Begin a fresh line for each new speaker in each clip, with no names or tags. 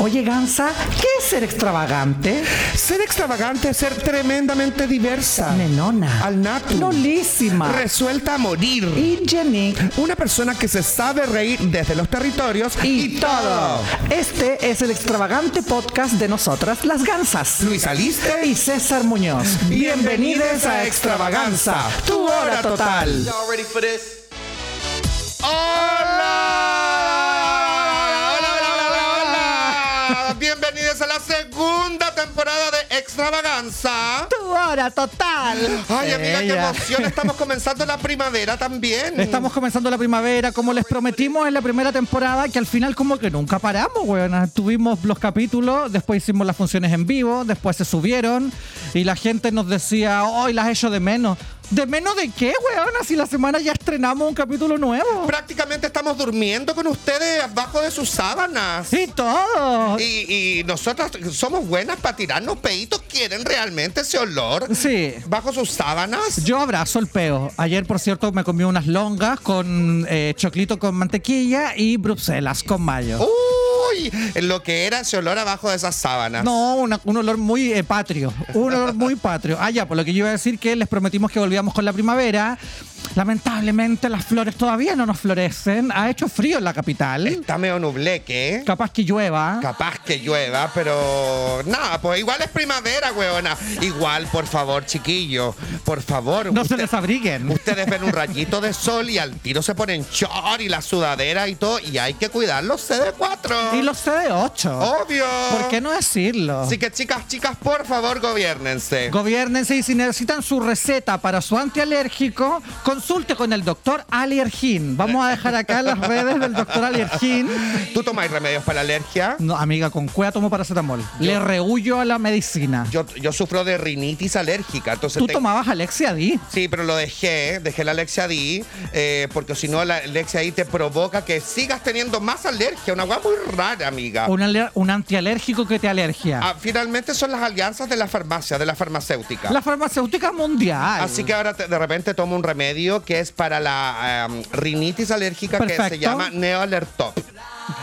Oye, Gansa, ¿qué es ser extravagante?
Ser extravagante es ser tremendamente diversa.
Nenona.
Al nato.
Lolísima.
Resuelta a morir.
y Jenny.
Una persona que se sabe reír desde los territorios y, todo.
Este es el extravagante podcast de nosotras, las Gansas.
Luis Aliste
Y César Muñoz.
Bienvenides a Extravaganza, tu hora total.
Y'all ready for this?
¡Hola! Ah, ¡Hola, hola, hola, hola! Bienvenidos a la segunda temporada de Extravaganza.
Tu hora total.
Ay, amiga, qué
Ella.
emoción. Estamos comenzando la primavera también.
Estamos comenzando la primavera, como les prometimos en la primera temporada, que al final como que nunca paramos, weón. Tuvimos los capítulos, después hicimos las funciones en vivo, después se subieron y la gente nos decía, hoy las he hecho de menos. ¿De menos de qué, weón? Si la semana ya estrenamos un capítulo nuevo.
Prácticamente estamos durmiendo con ustedes abajo de sus sábanas.
Y todo.
Y, y nosotras somos buenas para tirarnos peitos. ¿Quieren realmente ese olor?
Sí.
Bajo sus sábanas.
Yo abrazo el peo. Ayer, por cierto, me comí unas longas con eh, choclito con mantequilla y bruselas con mayo.
Uy, lo que era ese olor abajo de esas sábanas.
No, una- un olor muy eh, patrio. Un olor muy patrio. Ah, ya, por lo que yo iba a decir que les prometimos que volvíamos con la primavera. Lamentablemente las flores todavía no nos florecen. Ha hecho frío en la capital.
Está medio nubleque. ¿eh?
Capaz que llueva.
Capaz que llueva, pero nada, pues igual es primavera, weona. Igual, por favor, chiquillo, por favor.
No se
usted-
desabriguen.
Ustedes ven un rayito de sol y al tiro se ponen short y la sudadera y todo, y hay que cuidar los CD4.
Y los CD8.
Obvio.
¿Por qué no decirlo?
Así que chicas, chicas, por favor, gobiernense.
Gobiernense y si necesitan su receta para su antialérgico, consulte con el doctor Aliergin. Vamos a dejar acá las redes del doctor Aliergin.
¿Tú tomáis remedios para la alergia?
No, amiga, con cueva tomo paracetamol. Le rehuyo a la medicina.
Yo, yo sufro de rinitis alérgica, entonces
Tú
te-
tomabas Alexia D.
Sí, pero lo dejé, dejé la Alexia D, eh, porque si no la Alexia D te provoca que sigas teniendo más alergia, una hueá muy rara, amiga.
Un, ale- un antialérgico que te alergia.
Ah, finalmente son las alianzas de la farmacia, de la farmacéutica.
La farmacéutica mundial.
Así que ahora te- de repente tomo un remedio que es para la em, rinitis alérgica que se
Perfecto.
llama Neoalertop.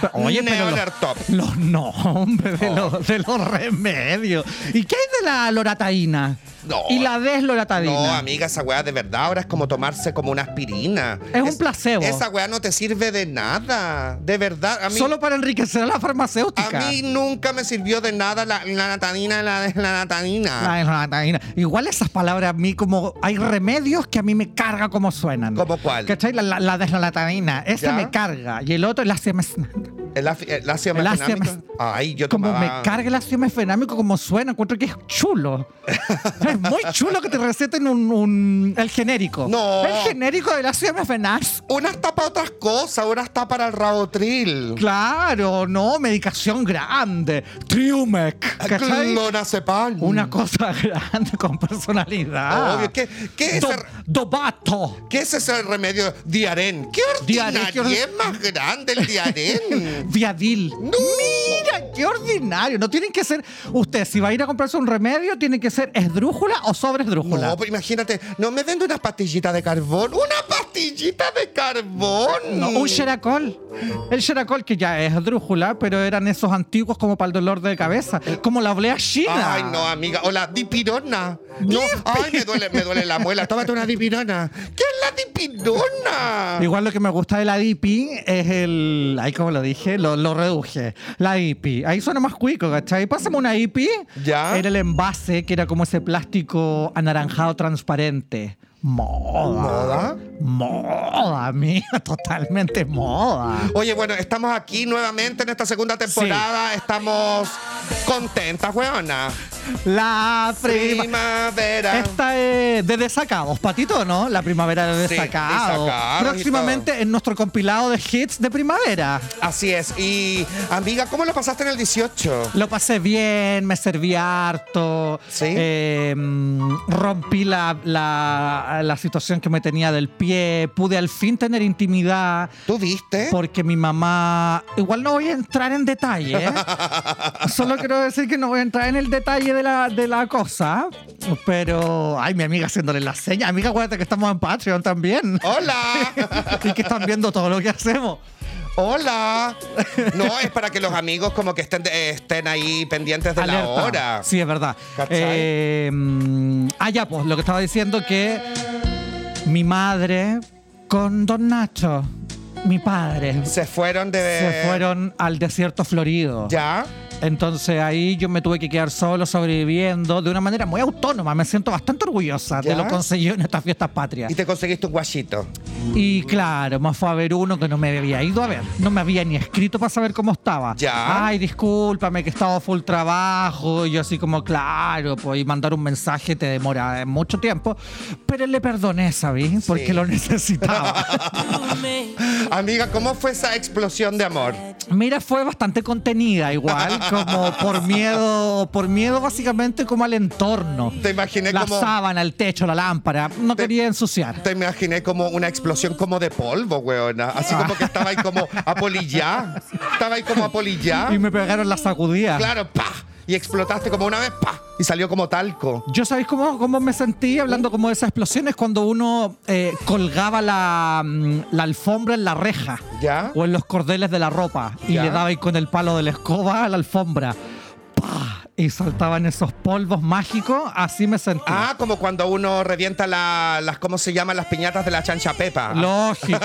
Pe- Oye, pero los,
Neoalertop.
los nombres
Oh.
de, los, de los remedios. ¿Y qué hay de la lorataína?
No.
Y la desloratadina.
No, amiga, esa weá de verdad ahora es como tomarse como una aspirina.
Es un placebo.
Esa weá no te sirve de nada. De verdad, a mí.
Solo para enriquecer a la
a
farmacéutica.
mí nunca me sirvió de nada la, la natanina, la, la natanina.
La desloratadina. Igual esas palabras a mí como... Hay remedios que a mí me carga como suenan.
¿Cómo cuál?
¿Cachai? La, la, la desloratadina. Esa
¿Ya?
me carga. Y el otro es la semesnata.
El, af- el ácido
El ácido
mefenámico.
mes-
Ay, yo
Como
tomaba-
me carga el ácido mefenámico, como suena, encuentro que es chulo. es muy chulo que te receten un, un- el genérico.
No.
El genérico del ácido mefenámico.
Una está para otras cosas, una está para el rabotril.
Claro, no, medicación grande. Triumec.
Ah,
¿cachai?
Clonazepam.
Una cosa grande con personalidad.
Obvio, ¿qué- qué es
Do-
el-
Dobato.
¿Qué es ese remedio? Diarén. ¿Qué
Diarén,
ordinarie
qué or-
es más grande el diarén?
Viadil.
Mm. No.
Mira, qué ordinario. No tienen que ser. Usted, si va a ir a comprarse un remedio, tiene que ser esdrújula o sobre esdrújula.
No, pero imagínate, no me vende una pastillita de carbón. ¡Una pastillita de carbón!
No, un xeracol. El xeracol que ya es drújula, pero eran esos antiguos como para el dolor de cabeza, como la oblea china.
Ay, no, amiga. O la dipirona. No, ay, me duele, me duele la muela. Tómate una dipirona. ¿Qué es la dipirona?
Igual lo que me gusta de la DP es el. Ay, como lo dije, lo, lo reduje. La DP. Ahí suena más cuico, ¿cachai? Pásame una DP.
Ya.
Era el envase que era como ese plástico anaranjado transparente. Moda.
¿Moda?
Moda, amiga. Totalmente moda.
Oye, bueno, estamos aquí nuevamente en esta segunda temporada. Estamos contentas, weona.
La prima.
Primavera.
Esta es de Desacados, Patito, ¿no? La primavera de
Sí,
Desacados.
Desacados y
Próximamente en nuestro compilado de hits de primavera.
Así es. Y, amiga, ¿cómo lo pasaste en el 18?
Lo pasé bien, me serví harto,
Sí.
eh, mm, rompí la, la- la situación que me tenía del pie, pude al fin tener intimidad.
¿Tú viste?
Porque mi mamá, igual no voy a entrar en detalle, ¿eh? solo quiero decir que no voy a entrar en el detalle de la, de la cosa, pero, ay, mi amiga haciéndole la seña, amiga, acuérdate que estamos en Patreon también
¡Hola!
y que están viendo todo lo que hacemos.
Hola. No, es para que los amigos como que estén, eh, estén ahí pendientes de la
Alerta.
hora.
Sí, es verdad.
¿Cachai?
Eh, mm, ah, ya, pues lo que estaba diciendo que mi madre con Don Nacho, mi padre,
Se fueron de.
se fueron al desierto florido.
Ya.
Entonces ahí yo me tuve que quedar solo sobreviviendo de una manera muy autónoma. Me siento bastante orgullosa
¿Ya?
de lo conseguido en estas fiestas patrias.
Y te conseguiste un guachito.
Y claro, me fue a ver uno que no me había ido a ver. No me había ni escrito para saber cómo estaba.
Ya.
Ay, discúlpame que estaba full trabajo. Y yo así como, claro, pues y mandar un mensaje te demora eh, mucho tiempo. Pero le perdoné, ¿sabes? Porque
Sí.
lo necesitaba.
Amiga, ¿cómo fue esa explosión de amor?
Mira, fue bastante contenida igual, como por miedo, por miedo básicamente como al entorno.
Te imaginé
la
como-
sábana, el techo, la lámpara. No
Te-
quería ensuciar.
Te imaginé como una explosión como de polvo, weona. Así como que estaba ahí como apolillá. Estaba ahí como apolillá.
Y me pegaron la sacudida.
¿Ah? Claro, pa. Y explotaste como una vez, pa. Y salió como talco.
Yo sabéis cómo, cómo me sentí
¿Mm?
hablando como de esas explosiones cuando uno eh, colgaba la, mm, la alfombra en la reja
¿Ya?
o en los cordeles de la ropa y
Ya.
le daba ahí con el palo de la escoba a la alfombra. ¡Pah! Y saltaban esos polvos mágicos, así me sentí.
Ah, como cuando uno revienta la- las, ¿cómo se llaman? Las piñatas de la chancha pepa.
Lógico,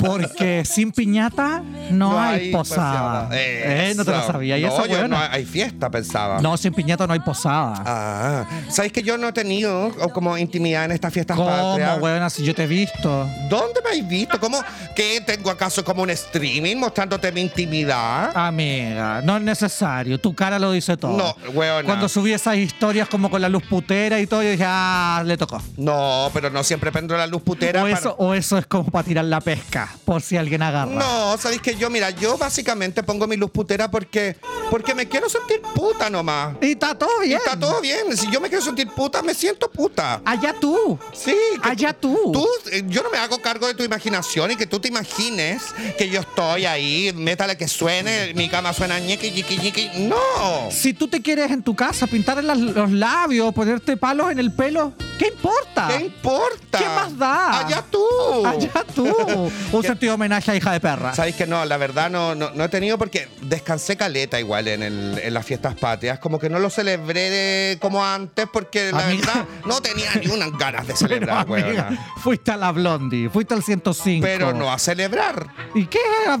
porque sin piñata no, hay,
pues,
posada. Eh, no te lo
ah, Eso.
sabía. Y
no,
esa
yo
hueona-
no hay fiesta, pensaba.
no, sin piñata no hay posada.
Ah, ¿sabes que yo no he tenido o como intimidad en estas fiestas
¿Cómo,
patrias?
weona? Si yo te he visto.
¿Dónde me habéis visto? ¿Cómo que tengo acaso como un streaming mostrándote mi intimidad?
Amiga, no es necesario. Tu cara lo dice todo.
No, weona.
Cuando subí esas historias como con la luz putera y todo, yo dije, ah, le tocó.
No, pero no siempre prendo la luz putera.
O
para-
eso, o eso es como para tirar la pesca, por si alguien agarra.
No, sabéis que yo, mira, yo básicamente pongo mi luz putera porque, porque me quiero sentir puta nomás.
Y está todo bien.
Está todo bien. Si yo me quiero sentir puta, me siento puta.
Allá tú.
Sí. que
Allá tú.
Tú, eh, yo no me hago cargo de tu imaginación y que tú te imagines que yo estoy ahí, métale que suene, mi cama suena ñiqui, ñiqui, ñiqui. No.
Si tú te quieres en tu casa pintar en las- los labios, ponerte palos en el pelo, ¿qué importa?
¿Qué importa?
Ah. ¿Qué más da?
Allá tú.
Allá tú. Un sentido homenaje a hija de perra.
Sabéis que no, la verdad no, no, no he tenido porque descansé caleta igual en, el- en las fiestas patrias. Como que no lo celebré de- como antes porque la
Amiga.
verdad no tenía ni unas ganas de celebrar,
Pero, amiga,
weona.
fuiste a la Blondie, fuiste al 105.
Pero no a celebrar.
¿Y qué?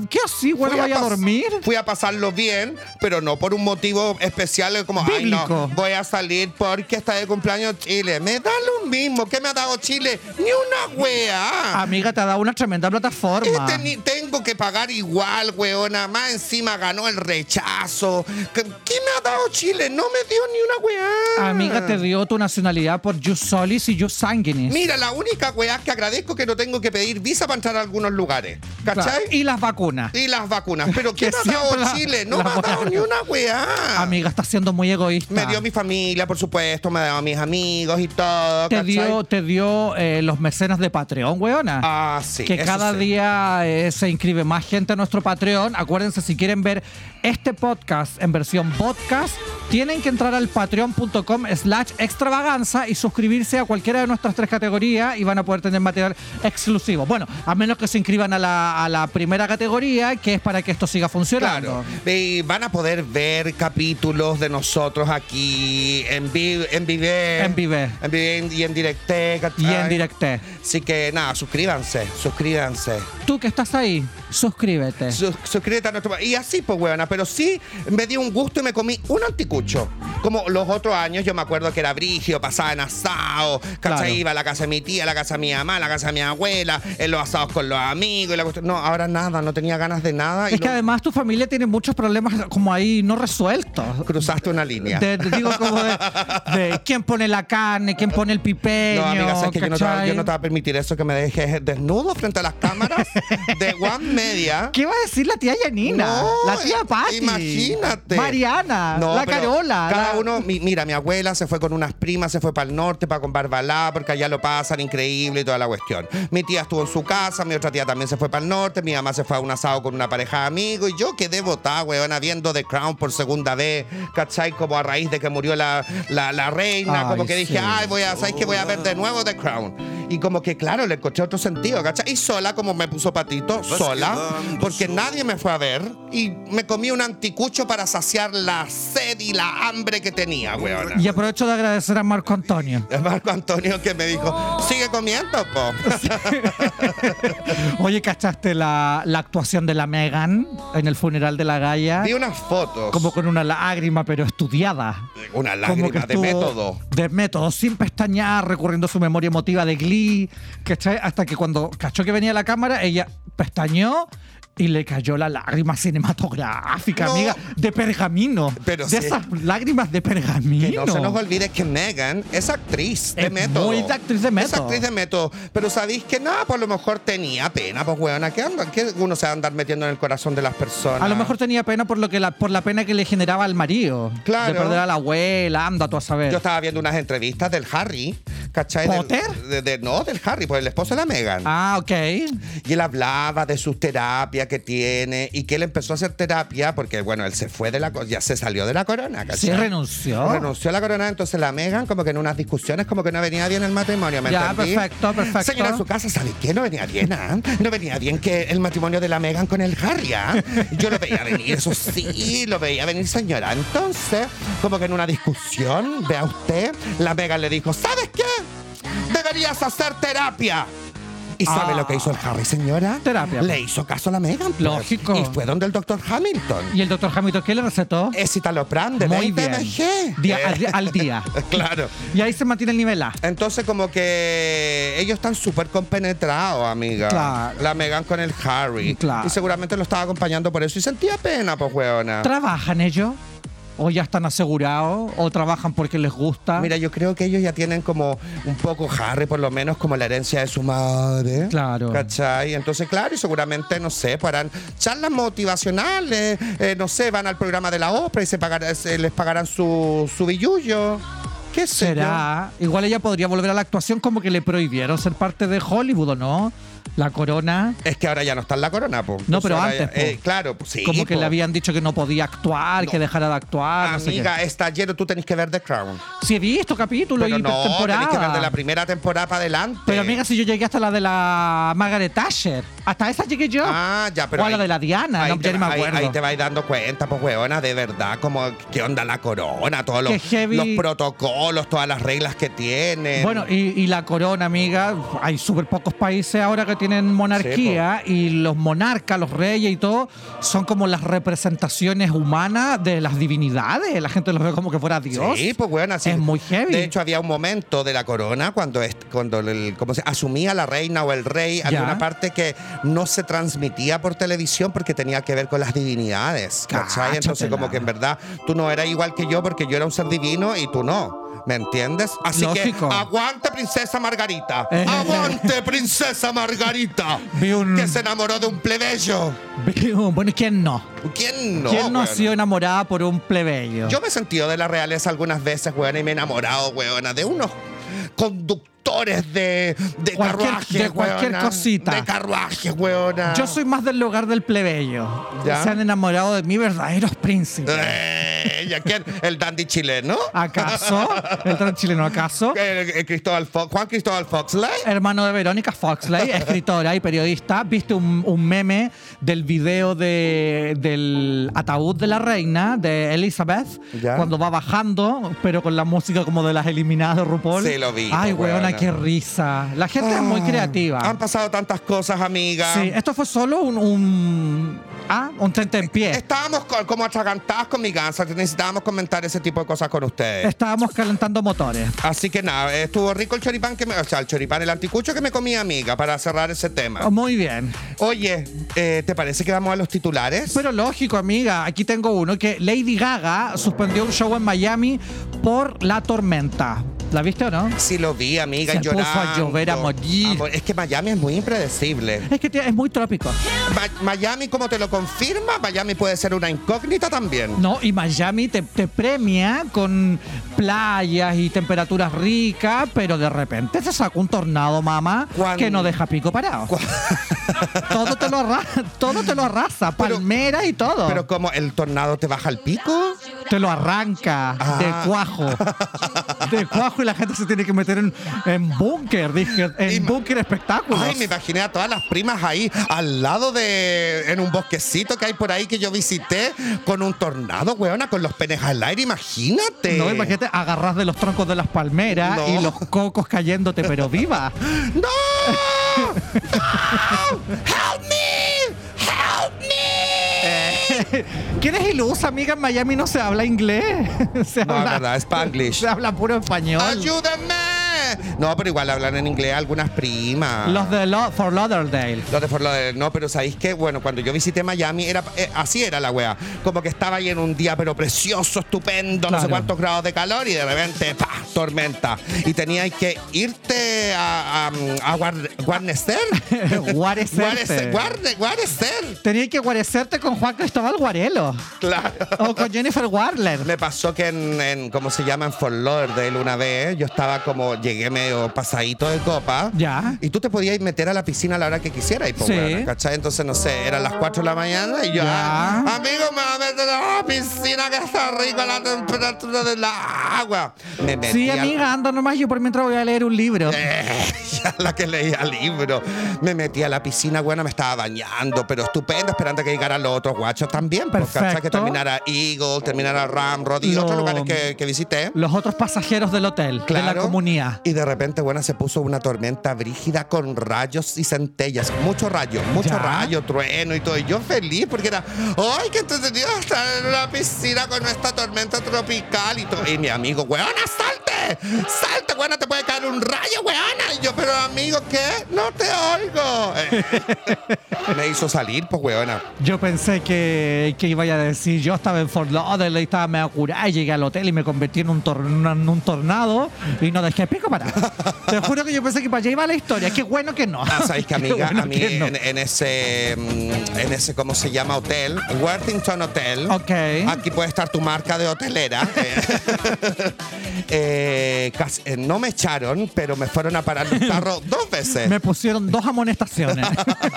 ¿Qué así, güey?
Fui
¿Vaya a
pas-
dormir?
Fui a pasarlo bien, pero no por un motivo especial eh, como, ay, no,
Bíblico.
voy a salir porque está de cumpleaños Chile. Me da lo mismo. ¿Qué me ha dado Chile? Ni una wea.
Amiga, te ha dado una tremenda
¿Qué
plataforma.
teni- tengo que pagar igual, weona. Más encima ganó el rechazo. ¿Qué, qué me ha dado Chile? No me dio ni una weá.
Amiga, te dio tu nacionalidad por Jus Solis y Jus Sanguinis.
Mira, la única weá que agradezco es que no tengo que pedir visa para entrar a algunos lugares. ¿Cachai?
Y las vacunas.
Y las vacunas. Pero ¿qué
Que
me ha dado
siempre la-
Chile? No
la
me ha dado
buena.
ni una weá.
Amiga, estás siendo muy egoísta.
Me dio mi familia, por supuesto, me ha dado a mis amigos y todo.
te
¿cachai?
dio, te dio eh, los mecenas de Patreon, weona.
Ah, sí.
que
eso
cada
sí.
día eh, se inscribe más gente a nuestro Patreon. Acuérdense, si quieren ver este podcast en versión podcast, tienen que entrar al patreon.com slash extravaganza y suscribirse a cualquiera de nuestras tres categorías y van a poder tener material exclusivo. Bueno, a menos que se inscriban a la, a la primera categoría, que es para que esto siga funcionando.
Claro. Y van a poder ver capítulos de nosotros aquí en, vi- en Vive.
En Vive.
En Vive y en Directe. ¿cachai?
Y en directe.
Así que nada, suscríbanse, suscríbanse.
Tú que estás ahí, suscríbete.
Sus- suscríbete a nuestro. Y así, pues, huevona. Pero sí me dio un gusto y me comí un anticucho. Como los otros años, yo me acuerdo que era brigio, pasaba en asado, ¿cachai?
Claro.
Iba a la casa de mi tía, a la casa de mi mamá, a la casa de mi abuela, en los asados con los amigos y la cuestión. No, ahora nada, no tenía ganas de nada. Y
Es que
lo-
además tu familia tiene muchos problemas como ahí no resueltos.
cruzaste una línea.
Te- te digo como de, de quién pone la carne, quién pone el pipeño.
No, amiga, sabes que yo no, te, va-
¿cachai?
yo no te voy a permitir eso que me dejes desnudo frente a las cámaras de One Media.
¿Qué va a decir la tía Yanina?
No,
la tía Patti.
Imagínate.
Mariana.
No,
la
pero
Carola.
Cada
la-
uno, mi- mira, mi abuela se fue con unas primas, se fue para el norte, para con Barbalá, porque allá lo pasan increíble y toda la cuestión. Mi tía estuvo en su casa, mi otra tía también se fue para el norte, mi mamá se fue a un asado con una pareja de amigos y yo quedé botada, weona, viendo The Crown por segunda vez, ¿cachai? Como a raíz de que murió la, la, la reina,
Ay,
como que
sí.
dije, ay, voy a, ¿sabes qué? Voy a ver de nuevo The Crown. Y como que, claro, le encontré otro sentido, ¿cachai? Y sola, como me puso patito, sola, porque nadie me fue a ver y me comí un anticucho para saciar la sed y la hambre que tenía, weona.
Y aprovecho de agradecer a Marco Antonio.
Es Marco Antonio que me dijo, sigue comiendo, po.
Oye, ¿cachaste la, la actuación de la Megan en el funeral de la Gaia?
Vi unas fotos.
Como con una lágrima, pero estudiada.
una
Como que
lágrima de
estuvo
método.
De método, sin pestañear, recurriendo a su memoria emotiva de Glee. ¿cachai? Hasta que cuando cachó que venía la cámara, ella pestañeó y le cayó la lágrima cinematográfica,
No.
amiga, de pergamino.
Pero
de
sí.
esas lágrimas de pergamino.
Que no se nos olvide que Megan es actriz de
Es
método.
muy de actriz de método.
Es actriz de método. Pero sabéis que nada, por lo mejor tenía pena, pues weona, que andan, que uno se va a andar metiendo en el corazón de las personas.
A lo mejor tenía pena por lo que la, por la pena que le generaba al marido.
Claro.
De perder a la abuela, anda tú a saber.
Yo estaba viendo unas entrevistas del Harry, ¿cachai? Del-
¿Potter?
de- de- no, del Harry, pues el esposo de la Megan.
Ah, ok.
Y él hablaba de sus terapias que tiene y que él empezó a hacer terapia porque, bueno, él se fue de la... co- ya se salió de la corona, ¿cachai?
Sí, renunció.
Renunció a la corona, entonces la Megan como que en unas discusiones como que no venía bien el matrimonio, ¿me
Ya,
entendí?
perfecto, perfecto.
Señora, en su casa, ¿sabes qué? No venía bien, ¿ah? No venía bien que el matrimonio de la Megan con el Harry, ¿ah? Yo lo veía venir, eso sí, lo veía venir, señora. Entonces, como que en una discusión, vea usted, la Megan le dijo, ¿sabes qué? Deberías hacer terapia. ¿Y sabe
Ah.
lo que hizo el Harry, señora?
Terapia.
Le hizo caso a la Megan. pues.
Lógico.
Y fue donde el doctor Hamilton.
¿Y el doctor Hamilton qué le recetó?
Es citalopram Eh, de 20 mg.
Día- al, día- al día.
Claro.
Y ahí se mantiene el nivel A.
Entonces, como que ellos están súper compenetrados, amiga.
Claro.
La Megan con el Harry.
Claro.
Y seguramente lo estaba acompañando por eso y sentía pena, pues, weona.
¿Trabajan ellos? ¿O ya están asegurados? ¿O trabajan porque les gusta?
Mira, yo creo que ellos ya tienen como un poco Harry, por lo menos, como la herencia de su madre.
Claro.
¿Cachai? Entonces, claro, y seguramente, no sé, harán charlas motivacionales, eh, no sé, van al programa de la ópera y se pagará- se les pagarán su, su billullo. ¿Qué sé yo?
Será. Igual ella podría volver a la actuación como que le prohibieron ser parte de Hollywood, ¿o no? La corona.
Es que ahora ya no está en la corona, pues.
No, pero antes, po.
claro, pues sí.
como que
po.
le habían dicho que no podía actuar, que dejara de actuar. Ah, no sé qué. Ah,
Amiga, está lleno, tú tenés que ver The Crown.
Si he visto capítulos
Pero
y
no,
temporada.
tenés que ver de la primera temporada para adelante.
Pero amiga, si yo llegué hasta la de la Margaret Thatcher. Hasta esa llegué yo.
Ah, ya, pero.
o a la
ahí-
de la Diana.
ahí
no,
te
ya ni me
va- ahí-
acuerdo.
Ahí, te vais dando cuenta, pues, weona, de verdad, como qué onda la corona, todos
Qué
los,
heavy.
los protocolos, todas las reglas que tiene.
Bueno, y, y la corona, amiga, hay súper pocos países ahora que tienen monarquía y los monarcas, los reyes y todo, son como las representaciones humanas de las divinidades. La gente los ve como que fuera Dios.
Sí, pues bueno, así.
Es muy heavy.
De hecho, había un momento de la corona cuando, est- cuando el- como se, asumía la reina o el rey, había
Ya.
una parte que no se transmitía por televisión porque tenía que ver con las divinidades. ¿Cachai? Entonces,
Cáchatela.
como que en verdad tú no eras igual que yo porque yo era un ser divino y tú no. ¿Me entiendes? Así
Lógico.
que aguante, princesa Margarita.
Eh.
Aguante, princesa Margarita.
Vi un-
Que se enamoró de un plebeyo.
bueno, ¿y quién no?
¿Quién no?
¿Quién no ha
weona?
sido enamorada por un plebeyo?
Yo me he sentido de la realeza algunas veces, weona, y me he enamorado, weona, de unos conductores de, de
Cualquier-
carruaje,
de cualquier
weona,
cosita.
De carruaje, weona.
Yo soy más del lugar del plebeyo.
Ya.
Se han enamorado de mí verdaderos príncipes.
Eh, ¿y a quién? El dandy chileno.
Ah, ¿Acaso? El tren chileno, ¿acaso?
El- el Cristóbal Fox- Juan Cristóbal Foxley.
hermano de Verónica Foxley, escritora y periodista, viste un, un meme del video de, del ataúd de la reina, de Elizabeth,
Ya.
cuando va bajando, pero con la música como de las eliminadas de RuPaul.
Sí, lo vi,
Ay,
pues,
weona,
weona.
qué risa. La gente es muy
Ah,
creativa.
Han pasado tantas cosas, amiga.
Sí, esto fue solo un, un ah, un tente en pie.
Estábamos co- como atragantadas con mi gansa, que necesitábamos comentar ese tipo de cosas con ustedes.
Estábamos calentando motores.
Así que nada, estuvo rico el choripán que me, o sea, el choripán, el anticucho que me comí, amiga, para cerrar ese tema.
Muy bien.
Oye, eh, ¿te parece que vamos a los titulares?
Pero lógico, amiga, aquí tengo uno que Lady Gaga suspendió un show en Miami por la tormenta. ¿La viste o no?
sí lo vi, amiga,
Se puso
llorando.
a llover a morir.
Amor, es que Miami es muy impredecible.
Es que tiene- es muy trópico.
Ma- Miami, como te lo confirma, Miami puede ser una incógnita también.
No, y Miami te, te premia con playas y temperaturas ricas, pero de repente se saca un tornado, mamá,
Cuan-
que no deja pico parado. todo, te lo arrasa, todo te lo arrasa,
Pero-
palmeras y todo.
Pero como el tornado te baja al pico.
te lo arranca
Ah.
de cuajo. de cuajo y la gente se tiene que meter en, en búnker, dije, en
Ima-
búnker espectáculos.
Ay, me imaginé a todas las primas ahí al lado de. en un bosquecito que hay por ahí que yo visité con un tornado, weona, con los penes al aire, imagínate.
No, imagínate, agarrás de los troncos de las palmeras
No.
y los cocos cayéndote, pero viva.
¡No! ¡No! ¡Help me! ¡Help me!
Eh, ¿Quién es ilusa, amiga? En Miami no se habla inglés. Se
No,
habla,
verdad, Spanglish.
Se habla puro español.
¡Ayúdame! No, pero igual hablan en inglés algunas primas.
Los de Lo- For Lauderdale.
Los de Fort Lauderdale, no, pero ¿sabéis qué? Bueno, cuando yo visité Miami, era, eh, así era la wea. Como que estaba ahí en un día, pero precioso, estupendo, no sé
Claro.
cuántos grados de calor, y de repente, ¡pa! Tormenta. Y tenías que irte a, a, a guar- guarnecer. Guarnecer.
Guarecerte.
guarne- Guarnecer.
Tenía que guarecerte con Juan Cristóbal Guarelo.
Claro.
O con Jennifer Warler.
Me pasó que en, en ¿cómo se llama? En Fort Lauderdale una vez, yo estaba como, llegué medio pasadito de copa.
Ya.
Y tú te podías meter a la piscina a la hora que quisieras, y pues,
Sí.
bueno, ¿cachai? Entonces, no sé, eran las 4 de la mañana y
Ya.
yo, "Ah, amigo, me voy a meter a la piscina que está rica la temperatura de la agua. Me metí
Sí,
a la-
amiga, anda nomás. Yo por mientras voy a leer un libro.
eh, ya la que leía libro. Me metí a la piscina, buena, me estaba bañando, pero estupendo, esperando que llegaran los otros guachos también. pues, ¿cachai? Que
Perfecto.
terminara Eagle, terminara Ramrod y
Lo-
otros lugares que, que visité.
Los otros pasajeros del hotel, de la
Claro.
comunidad.
Y de repente, buena, se puso una tormenta brígida con rayos y centellas. Mucho rayo, mucho
Ya.
rayo, trueno y todo. Y yo feliz porque era, ¡ay, qué entretenido estar en una piscina con esta tormenta tropical! Y, todo. y mi amigo, ¡weona, salte! ¡Salte, weona, te puede caer un rayo, weona! Y yo, pero amigo, ¿qué? ¡No te oigo! Eh, me hizo salir, pues, weona.
Yo pensé que, que iba a decir, yo estaba en Fort Lauderdale, estaba medio curada, y llegué al hotel y me convertí en un, tor- en un tornado y no dejé pico para. Te juro que yo pensé que para allá iba la historia. Qué bueno que no.
Ah, sabes que
Qué
amiga,
bueno
a mí
que no.
en, en ese, mm, en ese, ¿cómo se llama? Hotel, Worthington Hotel.
Ok.
Aquí puede estar tu marca de hotelera. Eh, eh, casi- eh, no me echaron, pero me fueron a parar el carro dos veces.
Me pusieron dos amonestaciones.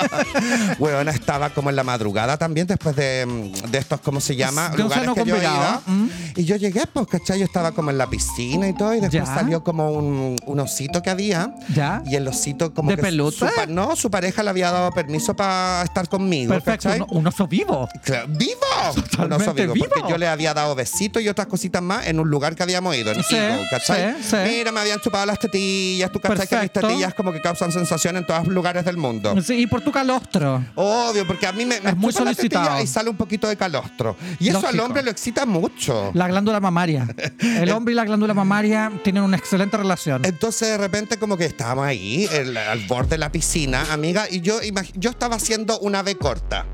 Weona estaba como en la madrugada también después de, mm, de estos, ¿cómo se llama?
De un Mm.
Lugares
sano
que yo he
combinado,
ido. Y yo llegué, pues, ¿cachai? Yo estaba como en la piscina y todo, y después
Ya.
salió como un, un osito que había.
Ya.
Y el osito como
¿De
que
peluche?
su pa- no, su pareja le había dado permiso para estar conmigo,
Perfecto,
¿cachai?
un, un oso vivo.
Claro, ¡Vivo!
Totalmente
Un oso vivo, Porque
vivo.
yo le había dado besitos y otras cositas más en un lugar que habíamos ido, en
Sí,
Eagle, ¿cachai?
sí, sí.
Mira, me habían chupado las tetillas. Tú, ¿cachai? Que mis
Perfecto.
tetillas como que causan sensación en todos los lugares del mundo.
Sí, y por tu calostro.
Obvio, porque a mí me, me
Es muy
chupan la tetilla
solicitado.
y sale un poquito de calostro. Y eso al
Lógico.
hombre lo excita mucho.
La glándula mamaria. El hombre y la glándula mamaria tienen una excelente relación.
Entonces de repente como que estábamos ahí el- al borde de la piscina, amiga, y yo imag- yo estaba haciendo una B corta,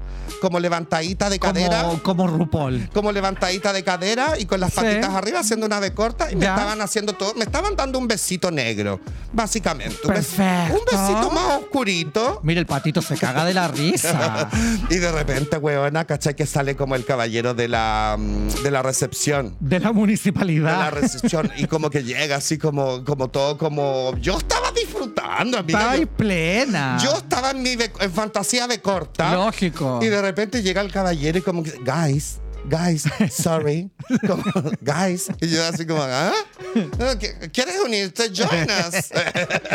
como levantadita de cadera.
Como, como RuPaul.
como levantadita de cadera y con las
Sí.
patitas arriba haciendo una B corta y me
Ya.
estaban haciendo todo, me estaban dando un besito negro, básicamente. Un bes-
Perfecto.
Un besito más oscurito.
Mira, el patito se caga de la risa.
Y de repente, weona, ¿cachai? Que sale como el caballero de la, mm, de la recepción.
De la
De la
municipalidad.
recepción. Y como que llega así como, como todo, como... Yo estaba disfrutando, amiga.
Estaba
Yo-
ahí plena.
Yo estaba en mi be- en fantasía de corta.
Lógico.
Y de repente llega el caballero y como que, guys, guys, sorry, como, guys. Y yo así como, ¿ah? ¿Qui- ¿Quieres unirte? Join us.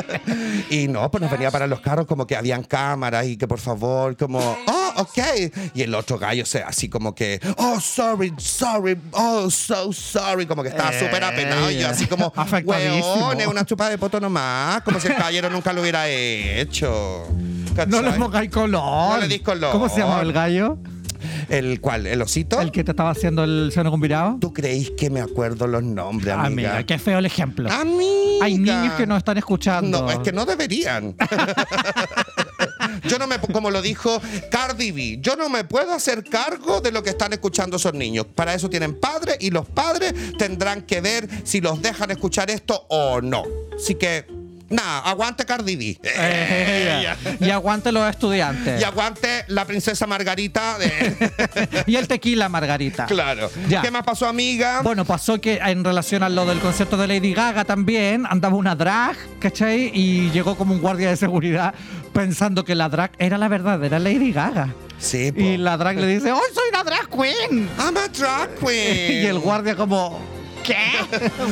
y no, pues nos venía para los carros como que habían cámaras y que por favor, como, oh, ok. Y el otro gallo, o sea, así como que, oh, sorry, sorry, oh, so sorry. Como que estaba
Eh,
súper apenado y yo así como,
afectadísimo.
weón, es una chupa de poto nomás. Como si el caballero nunca lo hubiera hecho.
no le
¿Cachai?
pongáis color.
No le dis color.
¿Cómo se llamaba el gallo?
¿El cuál? ¿El osito?
El que te estaba haciendo el seno combinado.
¿Tú creís que me acuerdo los nombres,
Ah,
amiga?
Amiga, qué feo el ejemplo.
Amiga.
Hay niños que no están escuchando.
No, es que no deberían. yo no me, como lo dijo Cardi B, yo no me puedo hacer cargo de lo que están escuchando esos niños. Para eso tienen padres y los padres tendrán que ver si los dejan escuchar esto o no. Así que, nada, aguante Cardi B.
Ella. Eh, Y aguante los estudiantes.
Y aguante la princesa Margarita. de-
Y el tequila, Margarita.
claro.
Ya.
¿Qué más pasó, amiga?
Bueno, pasó que en relación a lo del concierto de Lady Gaga también, andaba una drag, ¿cachai? Y llegó como un guardia de seguridad pensando que la drag era la verdadera Lady Gaga.
sí, po.
Y la drag le dice, ¡Hoy soy una drag queen!
I'm a drag queen.
Y el guardia como, ¿Qué?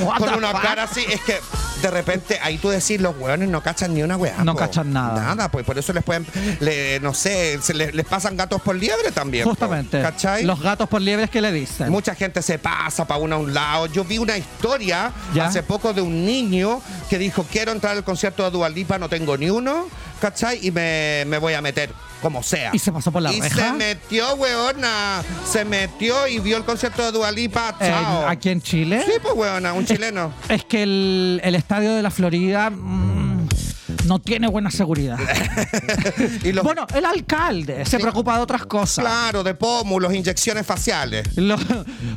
What
Eh. Con
the
una
fuck?
cara así, es que de repente ahí tú decís, los hueones no cachan ni una hueá.
No
po.
cachan nada.
Nada, pues por eso les pueden, le- no sé, se le- les pasan gatos por liebre también. po.
Justamente.
¿Cachai?
Los gatos por liebres que le dicen.
Mucha gente se pasa para uno a un lado. Yo vi una historia
¿Ya?
hace poco de un niño que dijo, quiero entrar al concierto de Dualipa, no tengo ni uno, ¿cachai? Y me, me voy a meter, como sea.
¿Y se pasó por la
Y
reja? eh,
se metió, weona. Se metió y vio el concierto de Dualipa.
En-
Chao.
aquí en Chile.
Sí, pues, weona, un chileno.
Es que el, el estadio de la Florida mm, no tiene buena seguridad.
y los,
bueno, el alcalde se
Sí.
preocupa de otras cosas.
claro, de pómulos, inyecciones faciales.
Lo-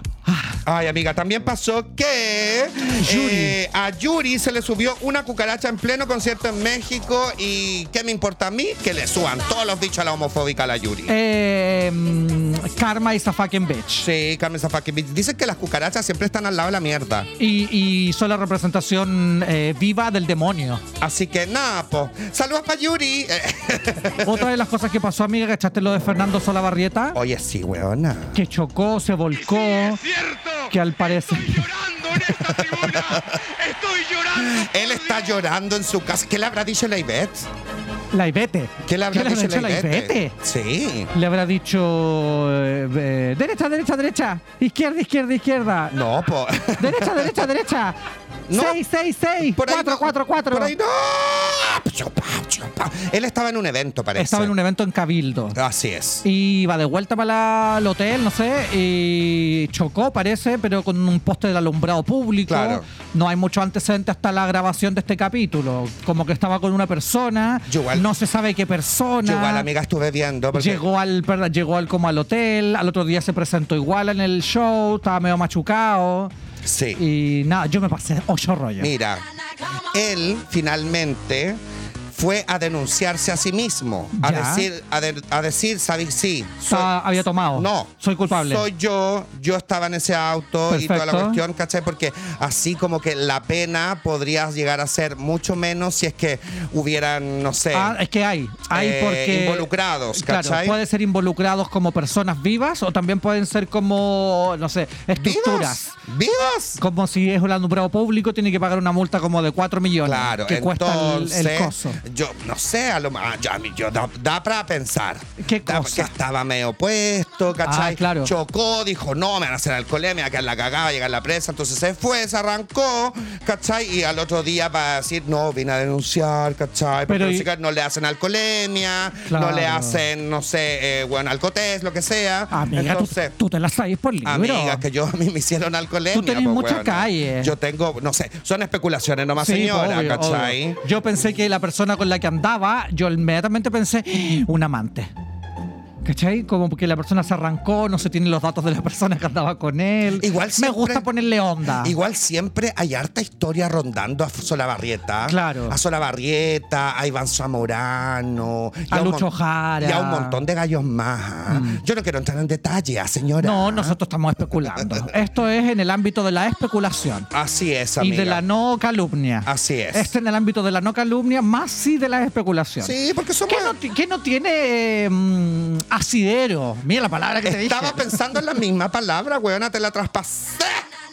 Ay, amiga, también pasó que
Yuri.
eh, a Yuri se le subió una cucaracha en pleno concierto en México y ¿qué me importa a mí? Que le suban todos los bichos a la homofóbica a la Yuri.
eh, mm, karma is a fucking bitch.
Sí, Carmen Zafakin. Dicen que las cucarachas siempre están al lado de la mierda.
Y, y son la representación eh, viva del demonio.
Así que nada, pues. Saludos para Yuri. Eh,
Otra de las cosas que pasó, amiga, que echaste lo de Fernando Solabarrieta,
Oye, sí, weona.
que chocó, se volcó,
cierto.
que al parecer...
Estoy llorando en esta tribuna. Estoy llorando.
Él está llorando en su casa. ¿Qué le habrá dicho la Ivette?
La Ivete.
¿Qué le habrá
¿Qué le
dicho
habrá
la
dicho la
Ivette?
Ivete?
Sí.
Le habrá dicho... eh, eh, derecha, derecha, derecha. Izquierda, izquierda, izquierda.
No, pues.
Derecha, derecha, derecha.
No.
6, 6, 6. 4,
no.
4, 4.
Por ahí no. Chupa, chupa. Él estaba en un evento, parece.
Estaba en un evento en Cabildo.
Así es.
Y iba de vuelta para la- el hotel, no sé, y chocó, parece, pero con un poste del alumbrado público.
Claro.
No hay mucho antecedente hasta la grabación de este capítulo. Como que estaba con una persona,
Yo igual-
no se sabe qué persona.
Yo igual, amiga, estuve viendo. Porque
Llegó al perdón, llegó al como al hotel, al otro día se presentó igual en el show, estaba medio machucado
Sí.
y nada, yo me pasé ocho rollos.
Mira, él finalmente fue a denunciarse a sí mismo. A
Ya.
decir, a, de- a decir, ¿sabes? Sí. soy-
Estaba- había tomado.
No.
Oh, Soy culpable.
Soy yo, yo estaba en ese auto y toda la
Perfecto.
cuestión, ¿cachai? Porque así como que la pena podría llegar a ser mucho menos si es que hubieran, no sé.
Ah, es que hay. Hay
Eh,
porque.
involucrados,
Claro,
¿cachai?
pueden ser involucrados como personas vivas o también pueden ser como, no sé, estructuras.
¿Vivas? ¿Vivas?
Como si es un alumbrado público, tiene que pagar una multa como de 4 millones.
Claro,
que cuesta el-
entonces,
el, coso.
yo no sé, a lo más, yo, a mí- yo da, da para pensar.
¿Qué
Da-
cosa?
Que estaba medio puesto, ¿cachai?
Ah, claro.
Chocó, dijo, no, me van a hacer alcoholemia, me van a quedar la cagada, llegar a la presa. Entonces se fue, se arrancó, ¿cachai? Y al otro día para decir, no, vine a denunciar, ¿cachai? Porque
Pero
los
y-
chicos no le hacen alcoholemia,
Claro. Ah.
no le hacen, no sé, eh, bueno, alcotés, lo que sea.
Amiga, tú-
Entonces,
tú, te la sabes por libro.
Amiga, que yo a mí me hicieron alcoholemia.
Tú tenés
pues,
mucha
weona.
calle.
Yo tengo, no sé, son especulaciones nomás,
Sí,
Ah,
pues,
señora,
obvio,
¿cachai?
obvio. Yo pensé que la persona con la que andaba, yo inmediatamente pensé, "¡Ah! un amante. ¿Cachai? Como que la persona se arrancó, no se tienen los datos de la persona que andaba con él.
Igual
Me
siempre-
gusta ponerle onda.
Igual siempre hay harta historia rondando a Solabarrieta.
Claro.
A Solabarrieta, a Iván Zamorano, y
A
un
Lucho
mon-
Jara.
Y a un montón de gallos más. ¿ah? Yo no quiero entrar en detalle, ah, señora.
No, nosotros estamos especulando. Esto es en el ámbito de la especulación
Así es,
y
amiga.
de la no calumnia.
Así es.
Este en el ámbito de la no calumnia, más sí de la especulación.
Sí, porque somos.
¿Qué no, ti- qué no tiene eh, mm, asidero? Mira la palabra que te
Estaba
dije.
pensando en la misma palabra, weona, te la traspasé.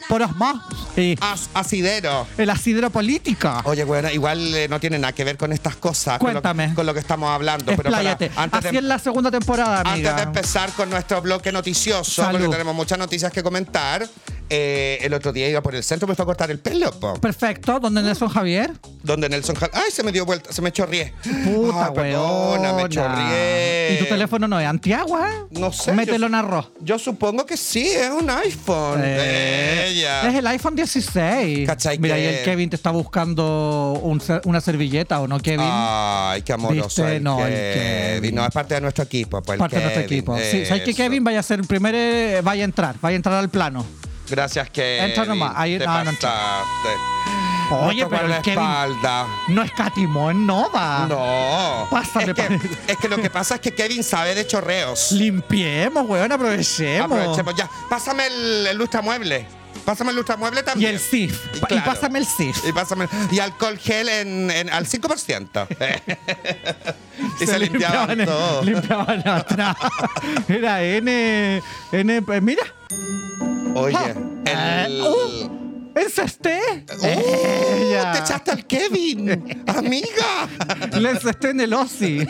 Por osmosis. Sí.
As- asidero.
El asidero político.
Oye, bueno, igual eh, no tiene nada que ver con estas cosas. con lo- Con
Cuéntame.
lo, que estamos hablando. para-
Expláyate.
antes,
Así
de,
es la segunda temporada,
antes
amiga.
de empezar con nuestro bloque noticioso,
Salud.
porque tenemos muchas noticias que comentar, eh, el otro día iba por el centro, me fue a cortar el pelo, po.
Perfecto. ¿Dónde Nelson Javier?
Donde Nelson... Jal- ¡Ay, se me dio vuelta! Se me chorrié.
Puta,
Ay, Ah, perdona, me
weona.
chorrié.
¿Y tu teléfono no es antiagua? eh?
No sé,
Mételo
yo-
en arroz.
Yo supongo que sí, es un iPhone.
Eh,
Ella.
Es el iPhone 16.
¿Cachai
Mira,
que-
y el Kevin te está buscando un ser- una servilleta, ¿o no, Kevin?
Ah, Ay, qué amoroso.
Viste,
el
no, el
Kevin.
Kevin.
No, es parte de nuestro equipo. Pues, el
Parte de nuestro
Kevin,
equipo. Sí, ¿sabes que
eso.
Kevin vaya a ser el primer. eh, vaya a entrar, vaya a entrar al plano.
Gracias, Kevin.
Entra nomás. Ahí-
te
no, no entra.
pasaste.
Oye,
No
pero
tocar la
el Kevin
espalda.
no escatimó en Nova.
No.
Pásame,
es que,
pa-
es que lo que pasa es que Kevin sabe de chorreos.
Limpiemos, weón, aprovechemos.
Aprovechemos ya. Pásame el, el lustramueble. Pásame el lustramueble
Y
también.
el SIF.
Y
Pa- Y
claro.
pásame el SIF.
Y pásame y alcohol gel en, en- al 5%. y se, limpiaban
el-
todo.
Limpiaban atrás. Era N. N eh, mira.
Oye,
Ah.
el,
Eh, ¡Encesté!
¡Oh!
Ella.
¡Te echaste al Kevin! ¡Amiga!
Le encesté en el Osi.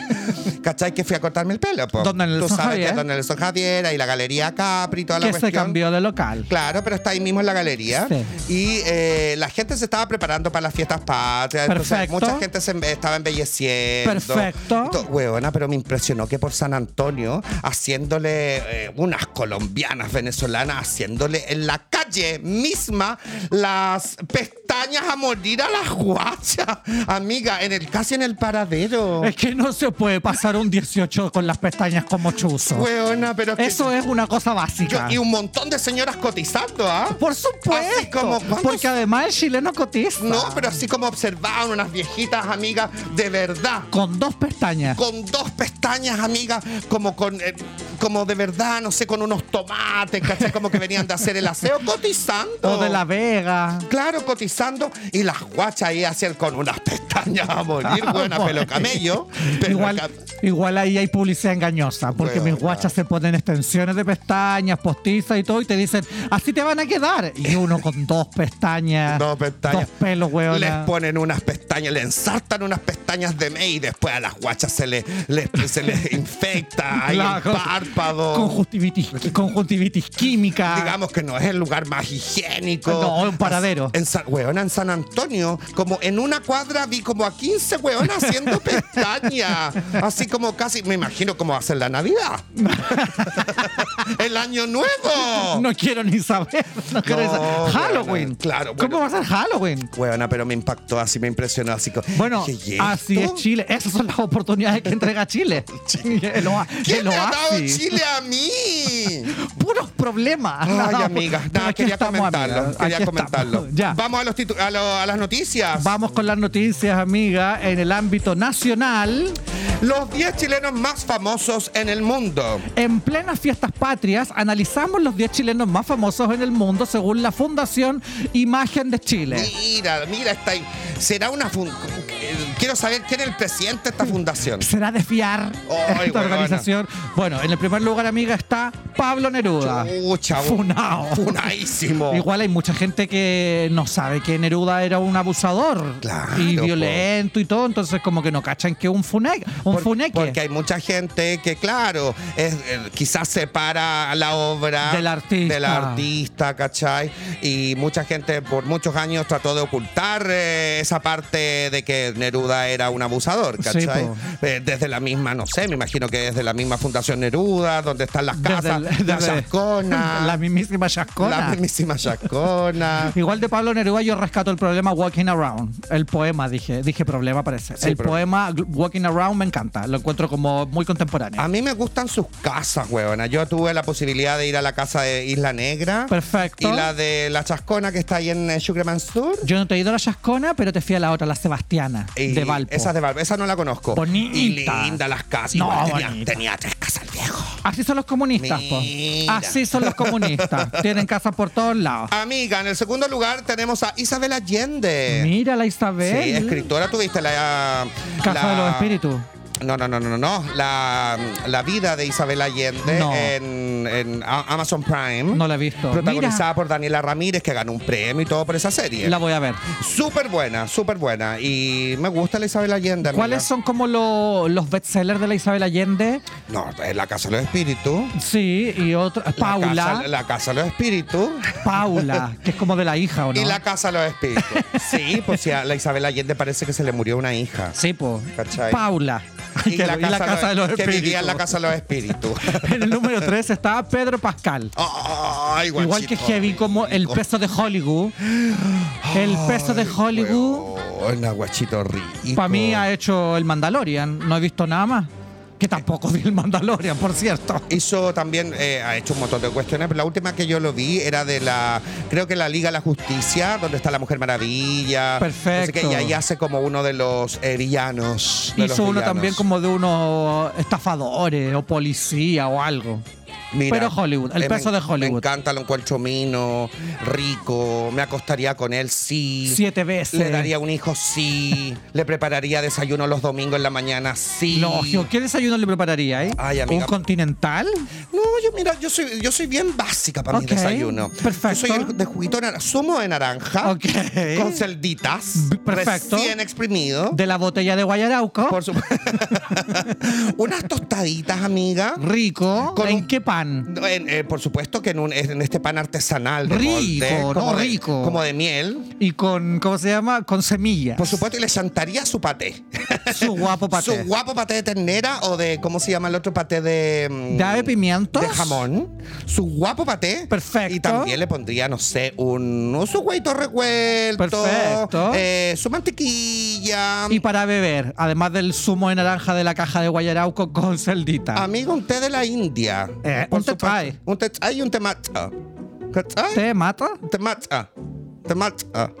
¿Cachai? Que fui a cortarme el pelo, po.
Don Nelson
Tú sabes
Javier.
que Don Nelson Javier y la Galería Capri y toda la
Que se
cuestión.
cambió de local.
Claro, pero está ahí mismo en la galería.
Sí.
Y eh, la gente se estaba preparando para las fiestas patrias. Entonces,
Perfecto.
mucha gente se embe- estaba embelleciendo.
Perfecto.
Y todo. Huevona, pero me impresionó que por San Antonio, haciéndole eh, unas colombianas venezolanas, haciéndole en la calle misma las pestañas a morir a las guachas. Amiga, en el casi en el paradero.
Es que no se puede pasar un 18 con las pestañas como chuzo.
Huevona, pero que-
Eso es una cosa básica.
Yo- y un montón de señoras cotizando, ¿ah?
Por supuesto.
Así como, ¿cuándo
porque además el chileno cotiza.
No, pero así como observaban unas viejitas amigas de verdad.
Con dos pestañas.
Con dos pestañas, amigas, como con eh, como de verdad, no sé, con unos tomates, ¿cachai? Como que venían de hacer el aseo, cotizando.
O de la Vega.
Claro, cotizando. Y las guachas ahí hacían con unas pestañas a morir, buena, pelo camello. Pero
Ah, Igual,
cam-
igual ahí hay publicidad engañosa, porque
Bueno,
mis guachas se ponen extensiones de pestañas, postizas y todo, y te dicen, así te van a quedar. Y uno con dos pestañas,
Dos pestañas.
dos pelos, weón.
Les ponen unas pestañas, le ensartan unas pestañas de May y después a las guachas se les, les- se les infecta, hay un párpado.
Conjuntivitis, conjuntivitis química.
digamos que no es el lugar más higiénico.
No, un paradero.
En San, huevona, en San Antonio, como en una cuadra vi como a 15 huevonas haciendo pestañas. Así como casi, me imagino como hacer la Navidad. el Año Nuevo.
No quiero ni saber. No quiero ni
No,
saber. Halloween.
bueno, claro,
¿Cómo va a
bueno.
ser Halloween?
Huevona, pero me impactó así, me impresionó así. como,
Bueno,
¿qué es
así es
esto?
Chile. Esas son las oportunidades que entrega Chile. El oa-
¿Quién
el
me ha dado
oasis.
Chile a mí?
Puros problemas.
Ay,
Nada,
amiga,
pero
nada,
aquí
quería
estamos,
comentarlo.
amiga.
Quería
Aquí estamos.
comentarlo.
Ya.
Vamos a, los titu- a, lo- a las noticias.
Vamos con las noticias, amiga, en el ámbito nacional.
Los 10 chilenos más famosos en el mundo.
En plenas fiestas patrias, analizamos los 10 chilenos más famosos en el mundo según la Fundación Imagen de Chile.
Mira, mira, está ahí. Será una fun- eh, Quiero saber quién es el presidente de esta fundación.
¿Será de fiar
Ay,
esta
huevona.
organización? Bueno, en el primer lugar, amiga, está Pablo Neruda.
Chucha, un-
Funao.
Funadísimo.
Igual hay mucha gente que no sabe que Neruda era un abusador
Claro,
y
po.
violento y todo, entonces como que no cachan que un funeque, un
Por-
funeque
porque hay mucha gente que, claro, es, eh, quizás separa la obra
Del artista.
del artista, ¿cachai? Y mucha gente por muchos años trató de ocultar eh, esa parte de que Neruda era un abusador,
Sí,
¿cachai?
po.
Eh, desde la misma, no sé, me imagino que desde la misma Fundación Neruda, donde están las
Desde
casas,
el-
la
desde-
chascona.
la mismísima chascona.
La mismísima Chascona.
Igual de Pablo Neruda yo rescato el problema Walking Around. El poema, dije, dije problema parece.
Sí,
el
pero-
poema Walking Around me encanta, lo encuentro como muy contemporáneo.
A mí me gustan sus casas, huevona. Yo tuve la posibilidad de ir a la casa de Isla Negra.
Perfecto.
Y la de la chascona que está ahí en eh, Sucre Mansur.
Yo no te he ido a la chascona, pero te fui a la otra, la Sebastiana,
Y
de Valpo.
Esa es de Valpo. Esa no la conozco.
Bonita.
Y linda las casas.
No,
Igual tenía,
bonita.
tenía tres casas el viejo.
Así son los comunistas, po.
Mira.
Así son los comunistas. Tienen casa por todos lados.
Amiga, en el segundo lugar tenemos a Isabel Allende.
Mira la
Sí,
Isabel.
escritora tuviste la...
Casa
la-
de los Espíritus.
No, no, no, no, no, no. La, la vida de Isabel Allende
No.
en, en A- Amazon Prime.
No la he visto.
¿Mm? Protagonizada
Mira.
por Daniela Ramírez, que ganó un premio y todo por esa serie.
La voy a ver.
Súper buena, súper buena. Y me gusta la Isabel Allende. amiga.
¿Cuáles son como lo- los bestsellers de la Isabel Allende?
No, es La Casa de los Espíritus.
Sí, y otro. Paula.
La Casa, la Casa de los Espíritus.
Paula, que es como de la hija, ¿o no?
Y La Casa de los Espíritus. Sí, pues sí, a la Isabel Allende parece que se le murió una hija.
Sí, po.
¿Cachai?
Paula. Y, la, y la casa de los
que
espíritus.
vivía en la Casa de los Espíritus.
En el número 3 está Pedro Pascal.
Ay,
Igual que
Oh, guachito
Heavy, como el
rico.
peso de Hollywood. El peso de Hollywood,
Hola, guachito rico.
para mí, ha hecho el Mandalorian. No he visto nada más. Que tampoco vi el Mandalorian, por cierto.
Hizo también, eh, ha hecho un montón de cuestiones, pero la última que yo lo vi era de la, creo que la Liga de la Justicia, donde está la Mujer Maravilla.
Perfecto.
No sé qué, y ahí hace como uno de los eh, villanos. de los
Hizo uno
villanos.
también como de unos estafadores o policía o algo.
Mira,
Pero Hollywood, el
eh,
peso
me-
de Hollywood.
Me encanta, lo encuentro mino, rico, me acostaría con él, sí.
Siete veces.
Le daría un hijo, sí. le prepararía desayuno los domingos en la mañana, sí.
Logio, ¿qué desayuno le prepararía, eh?
Ay, amiga.
¿Un continental?
No, yo mira, yo soy, yo soy bien básica para
Ok,
mi desayuno.
perfecto.
Yo soy el de juguito de naranja, zumo de naranja.
Ok.
Ah. Con celditas.
B- perfecto.
Recién exprimido.
¿De la botella de Guayarauco?
Por supuesto. Unas tostaditas, amiga.
¿Rico?
Con
¿En
un-
qué pan?
No, en- eh, por supuesto que en, un- en este pan artesanal. de
Rico,
molde,
no,
de-
rico.
como de miel.
Y con, ¿cómo se llama? Con semillas.
Por supuesto, y le chantaría su paté.
Su guapo paté.
Su guapo paté de ternera o de, ¿cómo se llama el otro paté de. mm,
¿De ave pimientos?
De jamón. Su guapo paté.
Perfecto.
Y también le pondría, no sé, un, un su huevito revuelto.
Perfecto.
eh, su mantequilla.
Y para beber, además del zumo de naranja de la caja de Guayarauco con celdita.
Amigo, un té de la India.
Eh,
Por
un té
supuesto.
chai.
Un té chai y un té matcha. ¿Cachai?
¿Te mata?
Té matcha. Té matcha.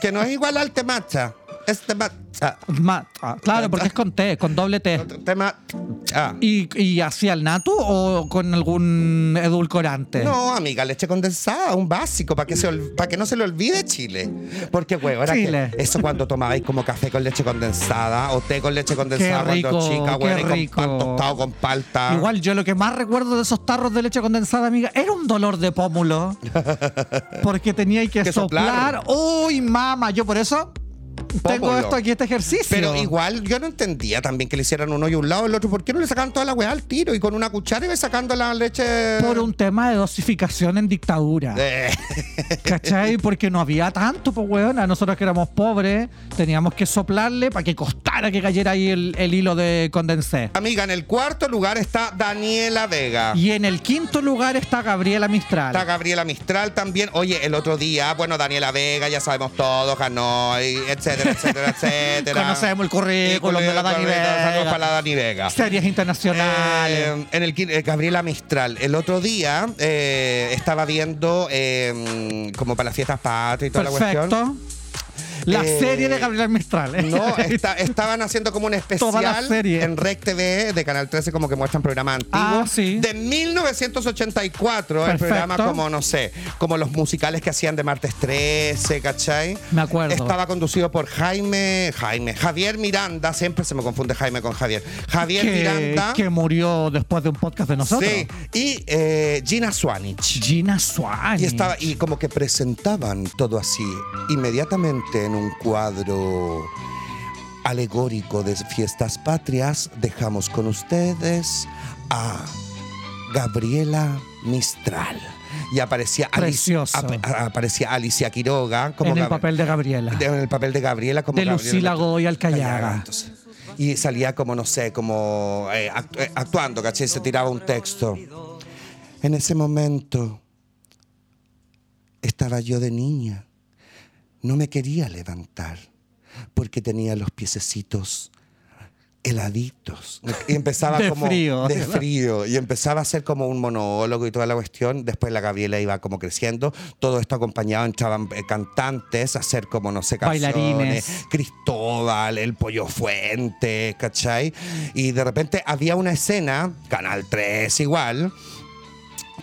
que no es igual al té matcha. Es té matcha.
Mata. ah, Claro, porque es con té, con doble té.
Té matcha.
¿Y, y así al natu o con algún edulcorante?
No, amiga, leche condensada, un básico, para que, se ol- pa' que no se le olvide Chile. Porque, güey, ahora
Chile.
que eso cuando tomabais como café con leche condensada o té con leche condensada
rico,
cuando chica, güey,
qué
y con
rico.
pan tostado con palta.
Igual yo lo que más recuerdo de esos tarros de leche condensada, amiga, era un dolor de pómulo. Porque tenía que,
Que
soplar.
soplar.
Uy, mama, yo por eso tengo
Pómulo.
esto aquí, este ejercicio.
Pero igual yo no entendía también que le hicieran uno y un lado el otro. ¿Por qué no le sacaban toda la weá al tiro y con una cuchara iba sacando la leche?
Por un tema de dosificación en dictadura.
Eh,
¿Cachai? Porque no había tanto, pues, weón. A nosotros que éramos pobres, teníamos que soplarle para que costara que cayera ahí el, el hilo de condensé.
Amiga, en el cuarto lugar está Daniela Vega.
Y en el quinto lugar está Gabriela Mistral.
Ah. Está Gabriela Mistral también. Oye, el otro día, bueno, Daniela Vega, ya sabemos todos, ganó, y etcétera, etcétera, etcétera.
Conocemos el currículum de la Dani
Correcto, saludos para
Vega.
la Dani Vega.
Series internacionales.
Eh, en el quin- eh, Gabriela Mistral. El otro día eh, estaba viendo eh, como para las fiestas patrias y toda la cuestión.
Perfecto. La
Eh,
serie de Gabriel Mistral. ¿eh?
No, esta- estaban haciendo como un
Toda la
especial
serie.
en Rec TV de Canal 13, como que muestran programas antiguos.
Ah, sí.
De 1984, el
Perfecto.
programa como, no sé, como los musicales que hacían de martes 13, ¿cachai?
Me acuerdo.
Estaba conducido por Jaime, Jaime, Javier Miranda, siempre se me confunde Jaime con Javier. Javier
que,
Miranda.
que murió después de un podcast de nosotros.
sí. Y eh, Gina Swanich.
Gina Swan.
Y estaba y como que presentaban todo así inmediatamente en un cuadro alegórico de fiestas patrias. Dejamos con ustedes a Gabriela Mistral y aparecía Alicia,
Precioso.
ap- a- aparecía Alicia Quiroga como
en el
Gab-
papel de Gabriela.
de- en el papel de Gabriela como
De
Gabriela
Lucila Godoy Alcayaga.
entonces. Y salía como, no sé, como eh, actu- eh, actuando, ¿cachai? Se tiraba un texto. En ese momento estaba yo de niña. No me quería levantar porque tenía los piececitos heladitos. Y empezaba
De
como
frío.
de frío. Y empezaba a ser como un monólogo y toda la cuestión. Después la Gabriela iba como creciendo. Todo esto acompañado entraban eh, cantantes a hacer como, no sé, canciones.
Bailarines.
Cristóbal, el Pollo Fuente, ¿cachai? Y de repente había una escena, Canal 3 igual,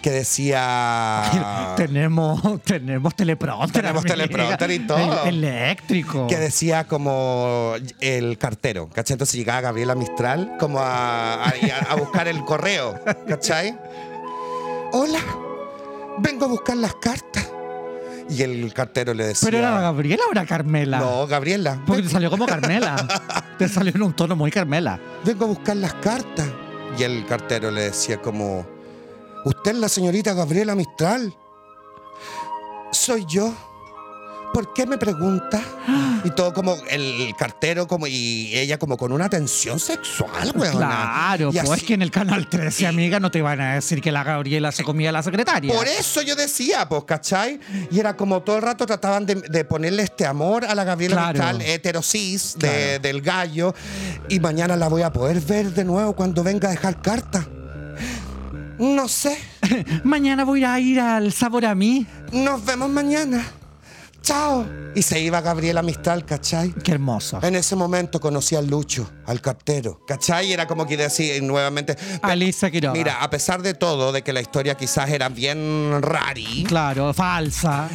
que decía...
tenemos, tenemos teleprompter.
Ah. Tenemos
amiga.
teleprompter y todo.
El- eléctrico.
que decía como el cartero, ¿cachai? Entonces llegaba Gabriela Mistral como a, a- a buscar el correo, ¿cachai? Hola, vengo a buscar las cartas. Y el cartero le decía...
Pero era la Gabriela o era Carmela.
No, Gabriela.
Porque te salió como Carmela. te salió en un tono muy Carmela.
Vengo a buscar las cartas. Y el cartero le decía como, ¿usted es la señorita Gabriela Mistral? Soy yo. ¿Por qué me pregunta? Y todo como el cartero como y ella como con una tensión sexual, weón.
Claro, pues es que en el canal 13, amiga, no te van a decir que la Gabriela se comía a la secretaria.
Por e- eso yo decía, pues, ¿cachai? Y era como todo el rato trataban de, de ponerle este amor a la Gabriela
Claro.
Mistral, heterosis de-
Claro.
del gallo. Y mañana la voy a poder ver de nuevo cuando venga a dejar carta. No sé.
Mañana voy a ir al sabor a mí.
Nos vemos mañana. chao. Y se iba Gabriela Mistral, ¿cachai?
Qué hermoso.
En ese momento conocí al Lucho, al cartero, ¿cachai? Era como que decía y nuevamente.
Alicia Quiroga.
Mira, a pesar de todo, de que la historia quizás era bien rari,
Claro, falsa.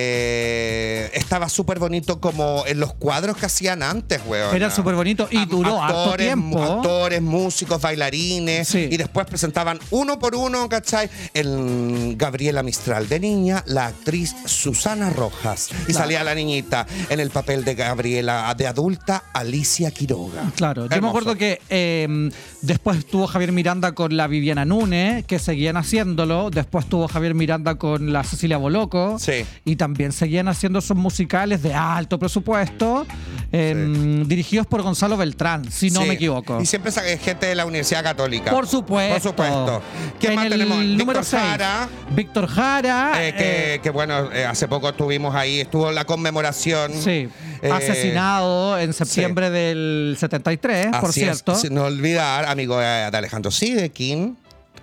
eh, estaba súper bonito como en los cuadros que hacían antes, weón.
Era súper bonito y duró harto tiempo.
Actores, músicos, bailarines.
Sí.
Y después presentaban uno por uno, ¿cachai? El Gabriela Mistral de niña, la actriz Susana Rojas. Y salía la niñita en el papel de Gabriela de adulta, Alicia Quiroga.
Claro, yo me
Hermoso.
acuerdo que eh, después estuvo Javier Miranda con la Viviana Núñez, que seguían haciéndolo. Después estuvo Javier Miranda con la Cecilia Boloco.
Sí.
Y también seguían haciendo esos musicales de alto presupuesto, eh, dirigidos por Gonzalo Beltrán, si no
Sí.
me equivoco.
Y siempre sa- gente de la Universidad Católica.
Por supuesto.
Por supuesto. ¿Quién
En
más
el
tenemos?
número
Víctor
6.
Jara.
Víctor Jara.
Eh, que,
eh,
que bueno, eh, hace poco estuvimos ahí, estuvo la conmemoración.
sí.
Eh,
asesinado en septiembre del 73, por
así es.
cierto.
Sin no olvidar, amigo eh, de Alejandro Sidekin,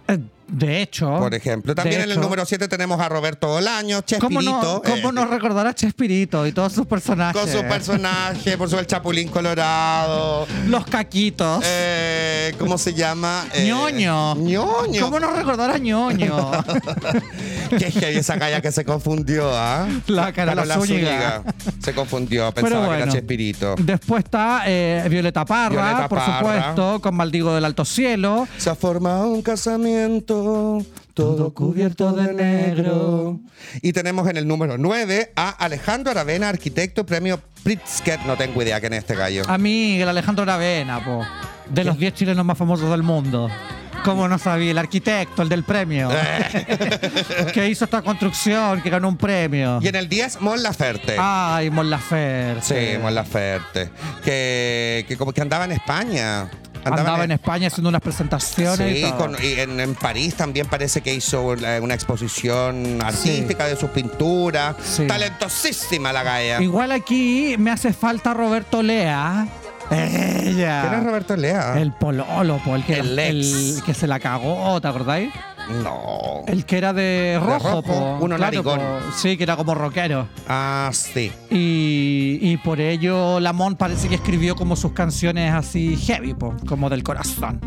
Eh, De hecho.
por ejemplo. También
de
en el
hecho.
número 7 tenemos a Roberto Bolaño,
¿Cómo
Chespirito.
no, cómo
eh,
no recordar a Chespirito y todos sus personajes?
con su personaje, por su el Chapulín Colorado.
Los caquitos.
eh, ¿Cómo se llama? Eh,
Ñoño.
Ñoño.
¿Cómo no recordar a Ñoño?
Qué heavy esa galla que se confundió, ¿ah?
La Carola Zúñiga.
Se confundió, pensaba que era Chespirito.
Después está eh, Violeta Parra,
Violeta
por
Parra.
supuesto, con Maldigo del Alto Cielo.
Se ha formado un casamiento, todo cubierto de negro. Y tenemos en el número 9 a Alejandro Aravena, arquitecto, premio Pritzker. No tengo idea quién es este gallo.
A mí, el Alejandro Aravena, po, de los 10 chilenos más famosos del mundo. ¿Cómo no sabía? El arquitecto, el del premio. que hizo esta construcción, que ganó un premio.
Eh. Y en el 10, Mon
Ah.
Laferte.
Ay, Mon Laferte.
Sí, Mon Laferte. Que, que como que andaba en España.
Andaba en España haciendo unas presentaciones. y
Sí,
todo.
con- y en, en París también parece que hizo eh, una exposición artística de sus pinturas.
Sí.
Talentosísima la Gaia. ¿Quién
Igual aquí me hace falta Roberto Lea. Ella.
era Roberto Lea?
El pololo, po, el que,
El
era-
ex.
el que se la cagó, ¿te acordáis?
No.
El que era de rojo,
rojo,
po,
uno narigón.
po, sí, que era como rockero.
Ah, sí.
Y, y por ello Lamont parece que escribió como sus canciones así heavy, po, como del corazón.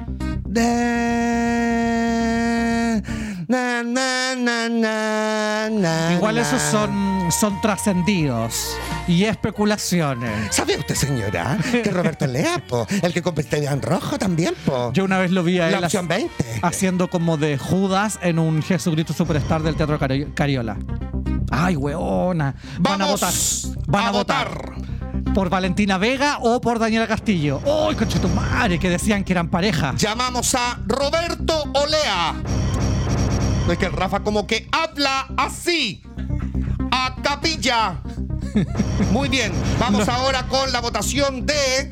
De- na, na, na, na, na,
Igual
na.
esos son, son trascendidos y especulaciones.
¿Sabe usted, señora, que Roberto Lea, po, el que competía en rojo también, po?
Yo una vez lo vi a él
la opción
haci-
20.
haciendo como de Judas en un Jesucristo Superstar del Teatro Cari- Cariola. Ay, weona. Van
Vamos
a votar. Van a,
a
votar.
votar.
Por Valentina Vega o por Daniela Castillo. ¡Ay, coche tu madre! Que decían que eran pareja.
Llamamos a Roberto Olea. Es que el Rafa como que habla así. A capilla. Muy bien. Vamos ahora con la votación de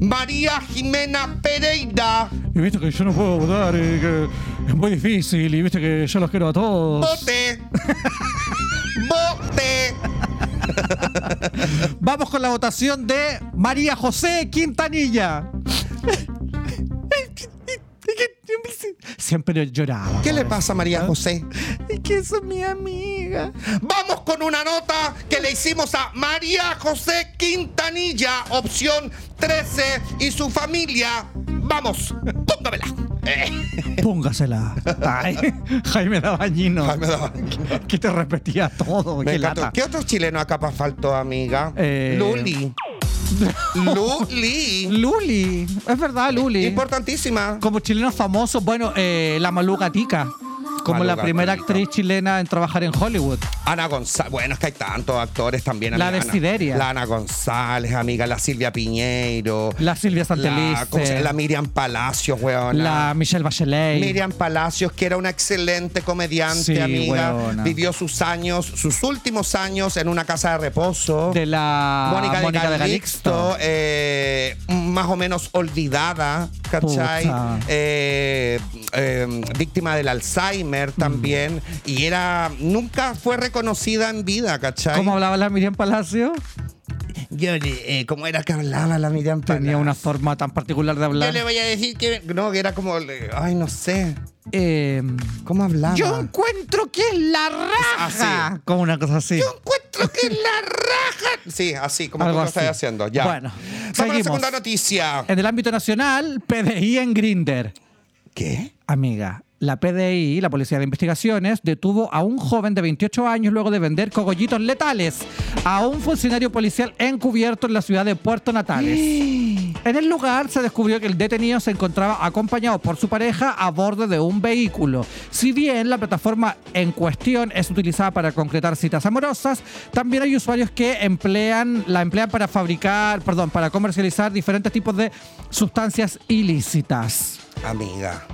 María Jimena Pereira.
Y viste que yo no puedo votar, es muy difícil, y viste que yo los quiero a todos.
Vote. Vote.
Vamos con la votación de María José Quintanilla. Siempre lloraba.
¿Qué le pasa a María José?
Es que eso es mi amiga.
Ah. Vamos con una nota que le hicimos a María José Quintanilla, opción 13, y su familia. Vamos, póngamela.
Póngasela. Ay, Jaime Dabañino.
Jaime Dabañino.
Que te repetía todo.
Me
qué
encantó.
lata.
¿Qué otro chileno acá pa- faltó, amiga?
Eh,
Luli. Luli.
Luli. Es verdad, Luli.
Importantísima.
Como chilenos famosos, bueno, eh, la Malu Gatica. Como la
Malu
primera
Gatica.
actriz chilena en trabajar en Hollywood.
Ana González. Bueno, es que hay tantos actores también.
La
amiga.
Desideria.
Ana- La Ana González, amiga. La Silvia Piñeiro.
La Silvia
La, ¿cómo se
Santelice.
llama? la
La,
Miriam Palacios, weona.
Michelle Bachelet.
Miriam Palacios, que era una excelente comediante,
Sí,
amiga.
weona.
Vivió sus años, sus últimos años en una casa de reposo.
De la
Mónica,
Ah, Mónica
de
de
Calixto,
Calixto.
eh, más o menos olvidada, ¿cachai?
Puta.
Eh, eh, víctima del
Mm.
Alzheimer también. Y era. Nunca fue reconocida en vida, ¿cachai?
¿Cómo hablaba la Miriam Palacio?
Yo le- eh, ¿cómo era que hablaba la Miriam
Tenía
Palacios?
una forma tan particular de
Yo
hablar.
le voy a decir que. No, que era como. le- Ay, no sé.
Eh,
¿Cómo hablaba?
Yo encuentro que es la raja.
Así.
Como una cosa así.
Yo encuentro encuentro que la raja. Sí, así, como
Algo
tú lo estás
así.
haciendo. Ya.
Bueno,
Vamos a la
seguimos.
segunda noticia.
En el ámbito nacional, PDI en Grinder.
¿Qué?
Amiga, la PDI, la Policía de Investigaciones, detuvo a un joven de 28 años luego de vender cogollitos letales a un funcionario policial encubierto en la ciudad de Puerto Natales. En el lugar se descubrió que el detenido se encontraba acompañado por su pareja a bordo de un vehículo. Si bien la plataforma en cuestión es utilizada para concretar citas amorosas, también hay usuarios que emplean, la emplean para fabricar, perdón, para comercializar diferentes tipos de sustancias ilícitas.
Amiga.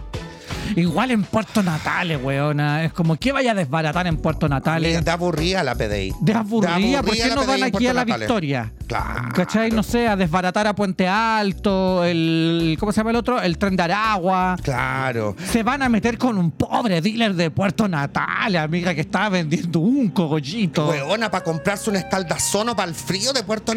Igual en Puerto Natales, weona. Es como que vaya a desbaratar en Puerto
Amiga,
Natales.
de aburrida la PDI.
De aburrida, ¿por
aburrida
qué
la
no
PDI
van
en
aquí
Puerto
a la
Natales.
Victoria?
Claro.
¿Cachai? No sé, a desbaratar a Puente Alto, el. ¿Cómo se llama el otro? El tren de Aragua.
Claro.
Se van a meter con un pobre dealer de Puerto Natales, amiga, que está vendiendo un cogollito.
Hueona, para comprarse un escaldazono para el frío de Puerto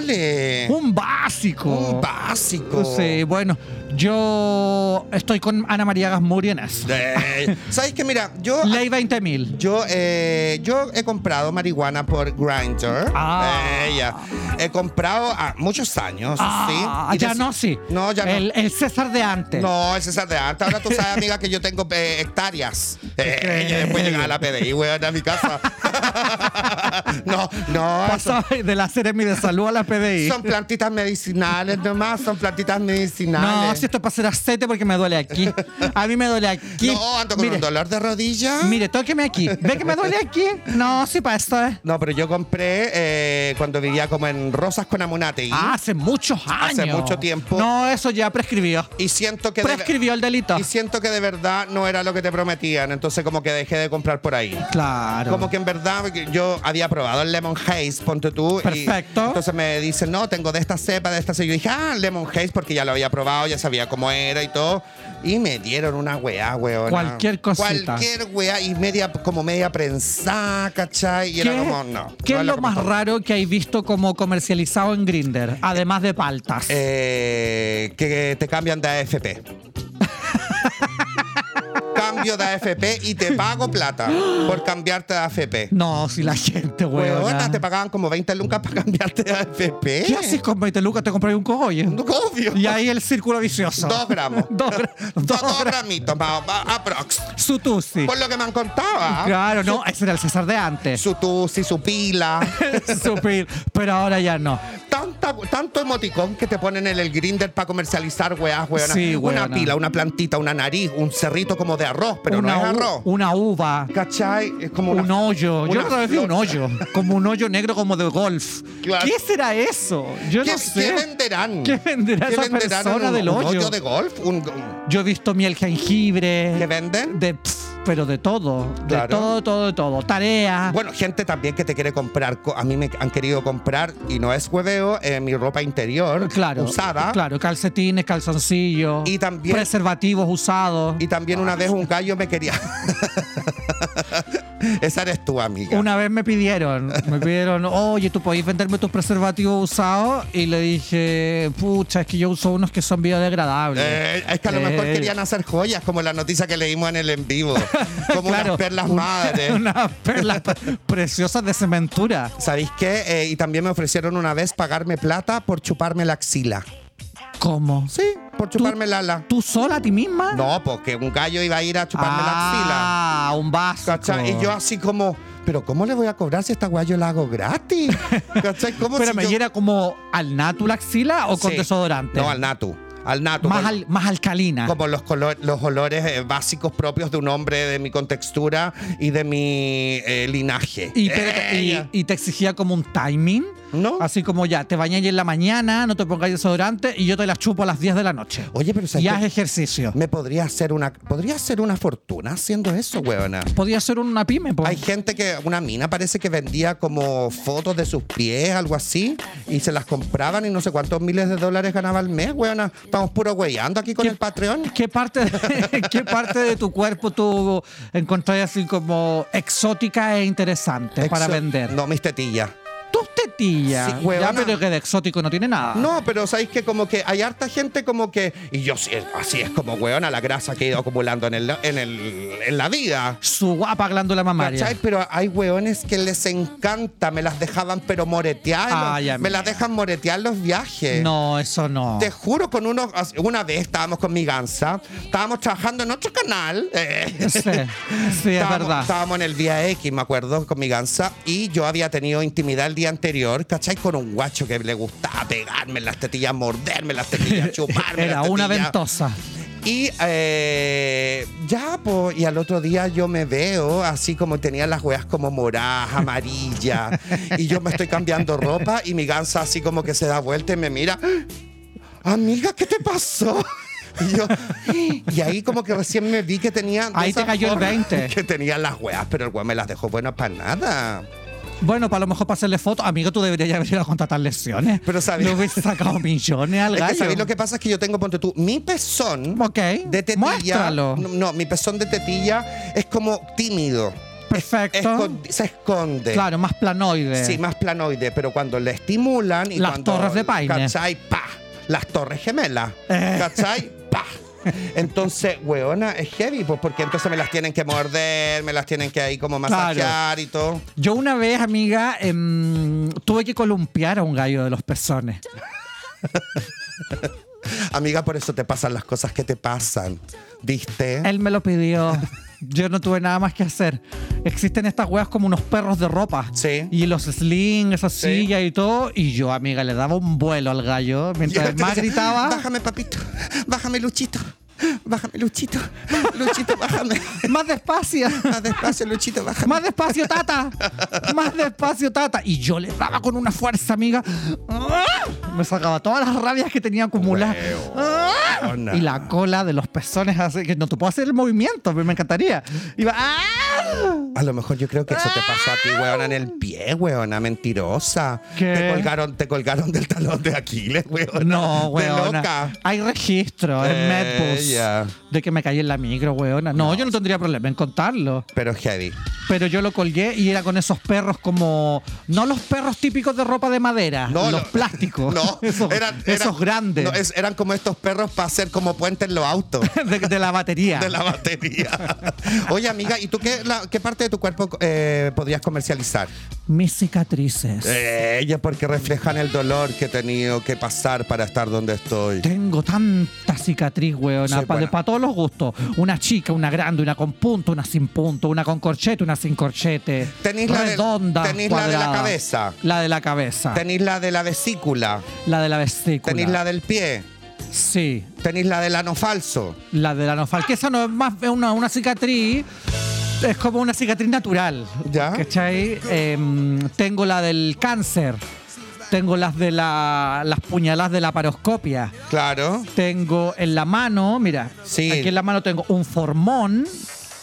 Natales.
Un básico.
Un básico.
Pues Sí, bueno, yo estoy con Ana María Gasmuri en eso.
Eh, ¿Sabes qué? Mira, yo
Ley 20.000.
Yo, eh, yo he comprado marihuana por Grindr.
Ah.
Eh, ya. He comprado ah, muchos años,
Ah,
¿sí? Y
ya
deci-
no, sí.
No, ya
el, El César de antes.
no. No, ese es de antes. Ahora tú sabes, amiga, que yo tengo eh, hectáreas. Eh,
Ok.
y después llegaba a la PDI, weón, a mi casa. no, no. Son,
Pasaba de la Seremi de Salud a la PDI.
son plantitas medicinales nomás, son plantitas medicinales.
No, si esto es para hacer aceite porque me duele aquí. A mí me duele aquí.
No, ando con
mire,
un dolor de rodilla.
Mire, tóqueme aquí. ¿Ve que me duele aquí? No, sí, para esto ¿eh? es.
No, pero yo compré eh, cuando vivía como en Rosas con Amunate.
Ah, hace muchos años.
Hace mucho tiempo.
No, eso ya prescribió.
Y siento que... de-
Prescribió el delito.
Y siento que de verdad no era lo que te prometían, entonces como que dejé de comprar por ahí.
Claro.
Como que en verdad yo había probado el Lemon Haze, ponte tú. y
Perfecto.
entonces me dicen, no, tengo de esta cepa, de esta cepa. Yo dije, ah, Lemon Haze, porque ya lo había probado, ya sabía cómo era y todo. Y me dieron una weá, weón.
Cualquier cosita.
Cualquier weá y media, como media prensada, ¿cachai? Y era como, no.
¿Qué
no
es
lo
lo
que
más
me-
raro que hay visto como comercializado en Grinder? Además de paltas.
Eh, que te cambian de AFP. Cambio de AFP y te pago plata por cambiarte de AFP.
no, si la gente,
Huevonas,
weón.
te pagaban como 20 lucas para cambiarte de AFP.
¿Qué haces con 20 lucas? Te compras un cogollo.
No, Obvio.
Y ahí el círculo vicioso.
Dos gramos.
dos, gra-
Dos,
dos
dos
gra-
gramitos, pa- pa- aprox.
Su tusi.
Por lo que me han contado. ¿ah?
Claro, no, ese era el César de antes.
Su tusi, su pila.
Supir. Pero ahora ya no.
Tanta, tanto emoticón que te ponen en el grinder para comercializar weas, weona.
Sí,
una
weona.
pila, una plantita, una nariz, un cerrito como de arroz, pero
una,
no es
u-
arroz.
una uva.
¿Cachai? Es como
Un
una-
hoyo. Yo
una
otra vez vi un
flor.
hoyo. Como un hoyo negro como de golf.
Claro.
¿Qué será eso? Yo
¿Qué,
no sé.
qué venderán?
¿Qué venderá esa persona
un,
del
un
hoyo?
de golf? Un- un-
Yo he visto miel jengibre.
¿Qué venden?
De, pff, pero de todo. De
Claro.
todo, todo, todo. Tarea.
Bueno, gente también que te quiere comprar. co- A mí me han querido comprar, y no es hueveo, eh, mi ropa interior
claro.
usada.
Claro, calcetines, calzoncillos.
Y también-
Preservativos usados.
Y también una vez un gallo me quería. Esa eres tú, amiga.
Una vez me pidieron, me pidieron, oye, ¿tú podéis venderme tus preservativos usados? Y le dije, pucha, es que yo uso unos que son biodegradables.
Eh, es que a lo mejor
Eh,
querían hacer joyas, como la noticia que leímos en el en vivo. Como
Claro.
unas perlas madres.
Unas perlas pre- preciosas de cementura.
¿Sabéis qué? Eh, y también me ofrecieron una vez pagarme plata por chuparme la axila.
¿Cómo?
Sí, por chuparme la ala.
¿Tú sola a ti misma?
No, porque un gallo iba a ir a chuparme la axila.
Ah, un vaso.
¿Cachai? Y yo así como, ¿pero cómo le voy a cobrar si esta guayo la hago gratis? ¿Cachai? ¿Cómo
Espérame,
si
¿y era como al natu la axila o con
Sí.
desodorante?
No, al natu. Al natu.
Más,
con-
al- más alcalina.
Como los, colo- los olores eh, básicos propios de un hombre de mi contextura y de mi eh, linaje.
Y te, y-
Eh, ¡Ella!
y te exigía como un timing.
¿No?
Así como ya, te bañáis en la mañana, no te pongáis desodorante y yo te las chupo a las 10 de la noche.
Oye, pero ¿sabes
y
qué?
haz ejercicio.
Me podría hacer una, podría hacer una fortuna haciendo eso, huevona.
Podía ser una pyme, po.
Hay gente que, una mina parece que vendía como fotos de sus pies, algo así, y se las compraban y no sé cuántos miles de dólares ganaba al mes, weona. Estamos puro weyando aquí con el Patreon.
¿Qué parte, de, ¿Qué parte de tu cuerpo tú encontraste así como exótica e interesante para
Exo-
vender?
No, mis tetillas.
Tus tetillas. carretilla.
Sí,
ya,
huevona.
pero que de exótico no tiene nada.
No, pero sabéis que como que hay harta gente como que. Y yo sí, así es como, weona, la grasa que he ido acumulando en, el, en, el, en la vida.
Su guapa glándula mamaria.
¿Cachai? Pero hay weones que les encanta, me las dejaban pero moretear.
Ay,
me las
amiga.
dejan moretear los viajes.
No, eso no.
Te juro, con unos, una vez estábamos con mi gansa, estábamos trabajando en otro canal. eh,
Sí, sí, es
estábamos,
verdad.
estábamos en el día X, me acuerdo, con mi gansa, y yo había tenido intimidad el día anterior, ¿cachai? Con un guacho que le gustaba pegarme en las tetillas, morderme en las tetillas, chuparme.
Era
las
una
tetillas.
ventosa.
Y eh, ya, pues, y al otro día yo me veo así como tenía las weas como moradas, amarillas, y yo me estoy cambiando ropa y mi gansa así como que se da vuelta y me mira, amiga, ¿qué te pasó? Y, yo, y ahí como que recién me vi que tenía... de
Ahí te
esa
cayó el
forma,
20.
Que tenía las weas, pero el weón me las dejó buenas para nada.
Bueno, para lo mejor para hacerle fotos, amigo, tú deberías haber ido a contratar lesiones.
Pero sabía-
Le hubiese sacado millones al
Es
gallo.
que, ¿sabéis lo que pasa? Es que yo tengo, ponte tú, mi pezón
Ok,
de tetilla...
muéstralo.
No, no, mi pezón de tetilla es como tímido.
Perfecto.
Escondi- se esconde.
Claro, más planoide.
Sí, más planoide, pero cuando le estimulan y
Las
cuando-
torres de paine.
¿Cachai? Pa. Las torres gemelas.
Eh.
¿Cachai? Pa. Entonces, weona, es heavy, pues porque entonces me las tienen que morder, me las tienen que ahí como
Claro.
masajear y todo.
Yo una vez, amiga, em, tuve que columpiar a un gallo de los pezones.
¿Eh? Amiga, por eso te pasan las cosas que te pasan. ¿Viste?
Él me lo pidió. Yo no tuve nada más que hacer. Existen estas weas como unos perros de ropa.
Sí.
Y los slings, esas
Sí.
sillas y todo. Y yo, amiga, le daba un vuelo al gallo. Mientras
Yo te
más
decía,
gritaba,
Bájame, papito. Bájame, Luchito. Bájame, Luchito. Luchito, bájame.
más despacio.
Más despacio, Luchito, bájame.
Más despacio, tata. Más despacio, tata. Y yo le daba con una fuerza, amiga. ¡Ah! Me sacaba todas las rabias que tenía acumuladas. ¡Ah!
Weona.
Y la cola de los pezones hace que no te puedo hacer el movimiento, pero me encantaría. Iba. ¡ah!
A lo mejor yo creo que eso te pasó a ti, weona, en el pie, weona, mentirosa.
¿Qué?
Te colgaron, te colgaron del talón de Aquiles, weona.
No,
De
weona.
loca.
Hay registro en Medbus
Ella.
de que me caí en la micro, weona. No, yo no tendría problema en contarlo.
Pero heavy.
Pero yo lo colgué y era con esos perros como. No los perros típicos de ropa de madera,
No,
los
no.
plásticos.
No,
esos,
eran,
esos
eran-
grandes.
no, es- eran como estos perros para hacer como puente en los autos.
de, de la batería.
De la batería. Oye, amiga, ¿y tú qué, la- qué parte de tu cuerpo eh, podrías comercializar?
Mis cicatrices.
Eh, Ella, porque reflejan el dolor que he tenido que pasar para estar donde estoy.
Tengo tanta cicatriz, weón.
Sí,
Para
buena.
todos los gustos. Una chica, una grande, una con punto, una sin punto, una con corchete, una sin corchete.
Tenís la de-
redonda.
tenís la de la
cuadrada.
cabeza.
La de la cabeza.
Tenéis la de la vesícula,
la de la vesícula.
tenéis la del pie,
Sí.
tenéis la del ano falso.
La de la nofal. Que esa no es más es una, una cicatriz. Es como una cicatriz natural.
Ya.
¿Cachai? Em, tengo la del cáncer. Tengo las de la, las puñaladas de la paroscopia.
Claro.
Tengo en la mano, mira,
Sí.
aquí en la mano tengo un formón,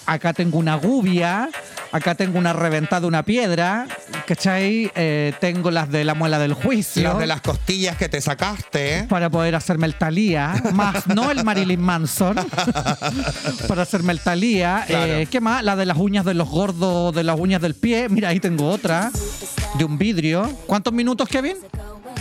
acá tengo una gubia, acá tengo una reventada de una piedra, ¿cachai? Eh, tengo las de la muela del juicio.
Las de las costillas que te sacaste. ¿eh?
Para poder hacerme el talía, más no el Marilyn Manson, para hacerme el talía.
Claro.
Eh, ¿Qué más? La de las uñas de los gordos, de las uñas del pie. Mira, ahí tengo otra, de un vidrio. ¿Cuántos minutos, Kevin?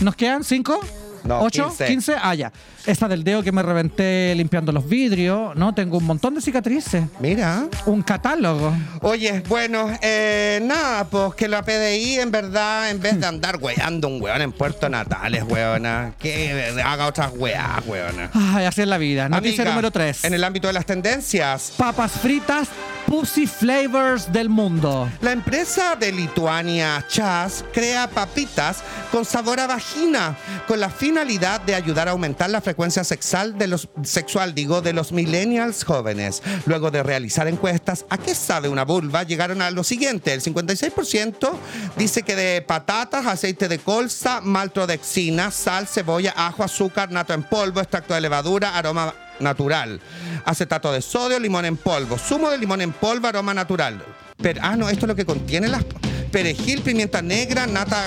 ¿Nos quedan? ¿Cinco?
No,
¿Ocho?
15.
¿Quince? Ah, ya. Esta del dedo que me reventé limpiando los vidrios, ¿no? Tengo un montón de cicatrices.
Mira.
Un catálogo.
Oye, bueno, eh, nada, pues que la PDI en verdad, en vez de andar weando un weón en Puerto Natales, weona, que haga otras weas, weona.
Ay, así es la vida. Noticia
Amiga,
número tres.
En el ámbito de las tendencias,
Papas fritas, pussy flavors del mundo.
la empresa de Lituania Chas crea papitas con sabor a vagina, con la finalidad de ayudar a aumentar la frecuencia sexual de los sexual, digo, de los millennials jóvenes. Luego de realizar encuestas, ¿a qué sabe una vulva? Llegaron a lo siguiente: el 56% dice que de patatas, aceite de colza, maltodextrina, sal, cebolla, ajo, azúcar, nato en polvo, extracto de levadura, aroma natural, acetato de sodio, limón en polvo, zumo de limón en polvo, aroma natural. Per- ah, no, esto es lo que contiene las perejil, pimienta negra, nata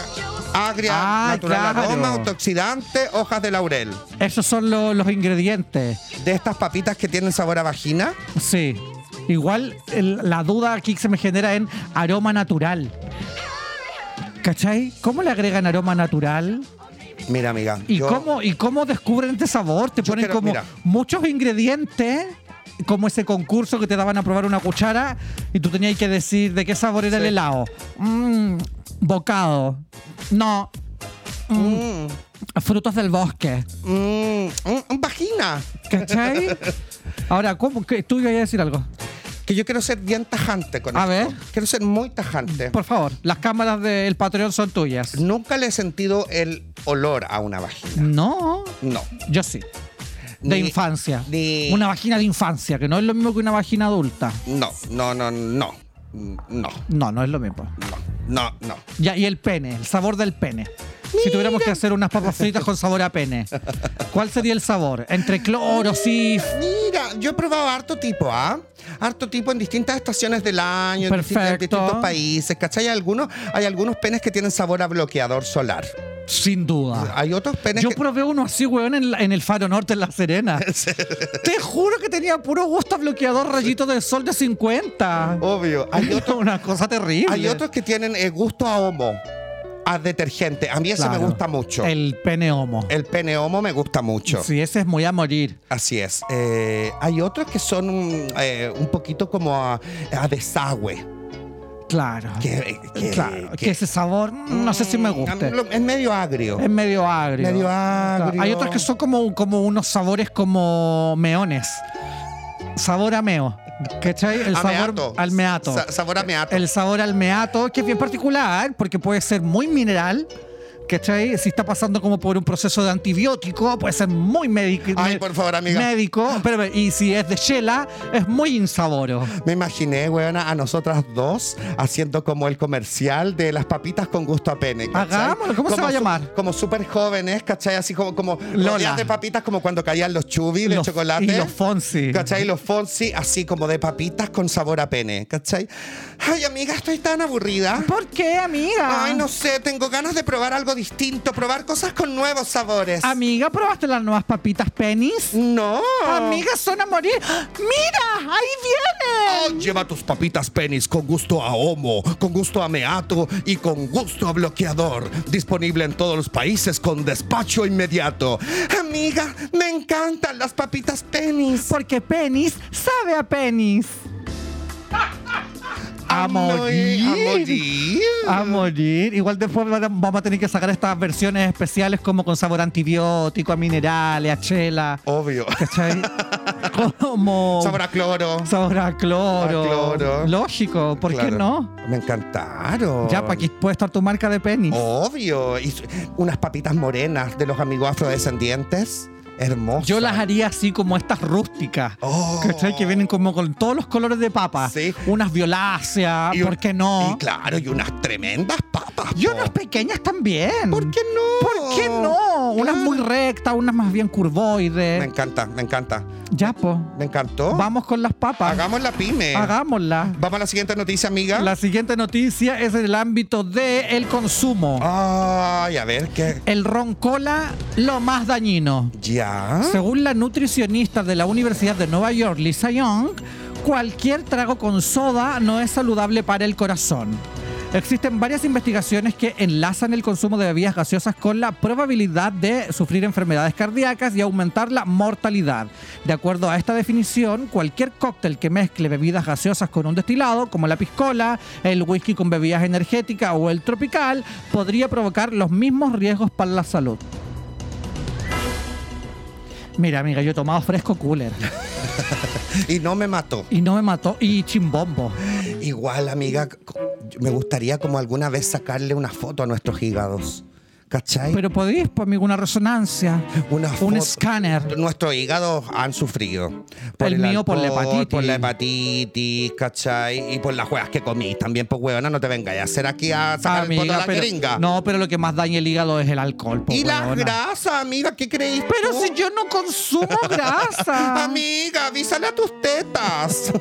agria,
Ah,
natural
claro.
aroma, antioxidante, hojas de laurel.
Esos son lo- los ingredientes.
De estas papitas que tienen sabor a vagina,
Sí. Igual el- la duda aquí que se me genera en aroma natural. ¿Cachai? ¿Cómo le agregan aroma natural?
Mira, amiga.
¿Y,
yo-
cómo, ¿Y cómo descubren este sabor? Te
Yo
ponen
quiero-
como
mira.
muchos ingredientes, como ese concurso que te daban a probar una cuchara y tú tenías que decir de qué sabor era el
Sí.
helado. Mm, bocado. No. Mm,
Mm,
frutos del bosque.
mm, mm, vagina.
¿Cachai? Ahora, ¿cómo, qué- tú ibas a decir algo.
Que yo quiero ser bien tajante con
A
esto.
ver.
Quiero ser muy tajante.
Eh, Por favor, las cámaras del Patreon son tuyas.
Nunca le he sentido el olor a una vagina.
No,
No.
yo sí. De
Ni-
infancia.
ni-
Una vagina de infancia, que no es lo mismo que una vagina adulta.
No, no, no, no. No,
No, no es lo mismo.
no, no, no.
Ya, y el pene, el sabor del pene. Si tuviéramos que hacer unas papas fritas con sabor a pene, ¿cuál sería el sabor? Entre cloro, sí,
Mira, yo he probado harto tipo, ¿ah? Harto tipo en distintas estaciones del año, en distintos- en
Perfecto.
distintos países, ¿cachai? Hay algunos, hay algunos penes que tienen sabor a bloqueador solar.
sin duda.
Hay otros penes
Yo
que...
probé uno así, weón, en, la- en el Faro Norte, en La Serena. Te juro que tenía puro gusto a bloqueador rayito de sol de 50.
Obvio. Hay,
Era
otro-
una cosa terrible.
hay otros que tienen eh, gusto a homo, a detergente. A mí eso me
Claro.
gusta mucho. El,
El pene homo.
pene homo me gusta mucho.
Sí, ese es muy a morir.
Así es. Eh, hay otros que son mm, eh, un poquito como a, a desagüe.
Claro.
Que- que-
claro.
que-
que ese sabor, no sé si me gusta.
Mm, Es medio agrio.
Es medio agrio.
Medio
Claro,
agrio.
Hay otros que son como, como unos sabores como meones. Sabor a meo. ¿Cachai? El
A
sabor
meato.
al meato.
Sa- sabor a meato.
El sabor al meato, que es bien particular, porque puede ser muy mineral. ¿Cachai? Si está pasando como por un proceso de antibiótico, puede ser muy médico.
Ay, por favor, amiga.
Médico. Pero, pero, y si es de chela, es muy insaboro.
Me imaginé, weona, a nosotras dos haciendo como el comercial de las papitas con gusto a pene. ¿cachai?
Hagámoslo, ¿cómo se
Como
va a
su-
llamar?
Como súper jóvenes, ¿cachai? Así como, como
Lola.
rodeadas de papitas, como cuando caían los chubis de
Los-
chocolate.
Y los Fonsi.
¿Cachai? Los Fonsi, así como de papitas con sabor a pene, ¿cachai? Ay, amiga, estoy tan aburrida.
¿Por qué, amiga?
Ay, no sé, tengo ganas de probar algo distinto, probar cosas con nuevos sabores.
Amiga, ¿probaste las nuevas papitas penis?
no.
Amigas son a morir. ¡Ah! ¡Mira! ¡Ahí
Oh,
vienen!
lleva tus papitas penis con gusto a homo, con gusto a meato y con gusto a bloqueador. Disponible en todos los países con despacho inmediato. Amiga, me encantan las papitas penis.
Porque penis sabe a penis. A
eh, A
morir.
morir.
A morir. Igual después van a- vamos a tener que sacar estas versiones especiales como con sabor antibiótico, a minerales, a chela.
Obvio.
¿Cachai? Como
Sabor a cloro.
sabor a cloro.
A cloro.
Lógico, ¿por qué
Claro. Oh.
no?
Me encantaron.
Ya, para aquí puede estar tu marca de penis.
Oh, Obvio. Y su- unas papitas morenas de los amigos afrodescendientes. Hermoso.
Yo las haría así como estas rústicas.
Oh.
¿Cachai? Que vienen como con todos los colores de papa.
Sí.
Unas violáceas,
Y un-
¿por qué no?
Y claro, y unas tremendas papas.
Y
po.
unas pequeñas también.
¿Por qué no?
¿Por qué no? Unas muy rectas, unas más bien
Me
curvoides.
encanta, me encanta.
Ya, po.
Me encantó.
Vamos con las papas.
Hagamos la pyme.
Hagámosla.
Vamos a la siguiente noticia, amiga.
La siguiente noticia es en el ámbito del el consumo.
Ah. Ay, a ver qué.
El ron cola, lo más dañino.
Ya.
Según la nutricionista de la Universidad de Nueva York, Lisa Young, cualquier trago con soda no es saludable para el corazón. Existen varias investigaciones que enlazan el consumo de bebidas gaseosas con la probabilidad de sufrir enfermedades cardíacas y aumentar la mortalidad. De acuerdo a esta definición, cualquier cóctel que mezcle bebidas gaseosas con un destilado, como la piscola, el whisky con bebidas energéticas o el tropical, podría provocar los mismos riesgos para la salud. Mira, amiga, yo he tomado fresco cooler
Y no me mató.
y no me mató. Y chimbombo.
Igual, amiga, co- me gustaría como alguna vez sacarle una foto a nuestros hígados. ¿Cachai?
Pero podéis, pues, amigo, una resonancia,
Una
un
foto-
escáner.
Nuestros hígados han sufrido.
El mío por la hepatitis.
Por la hepatitis, ¿cachai? Y por las huevas que comí. También, pues, huevona, no te vengas a hacer aquí a sacar el poto a
Amiga,
la
Ah, pero-
gringa.
no, pero lo que más daña el hígado es el alcohol. po,
y las
huevona.
grasas, amiga, ¿qué creéis?
Pero
tú?
si yo no consumo grasa.
Amiga, avísale a tus tetas.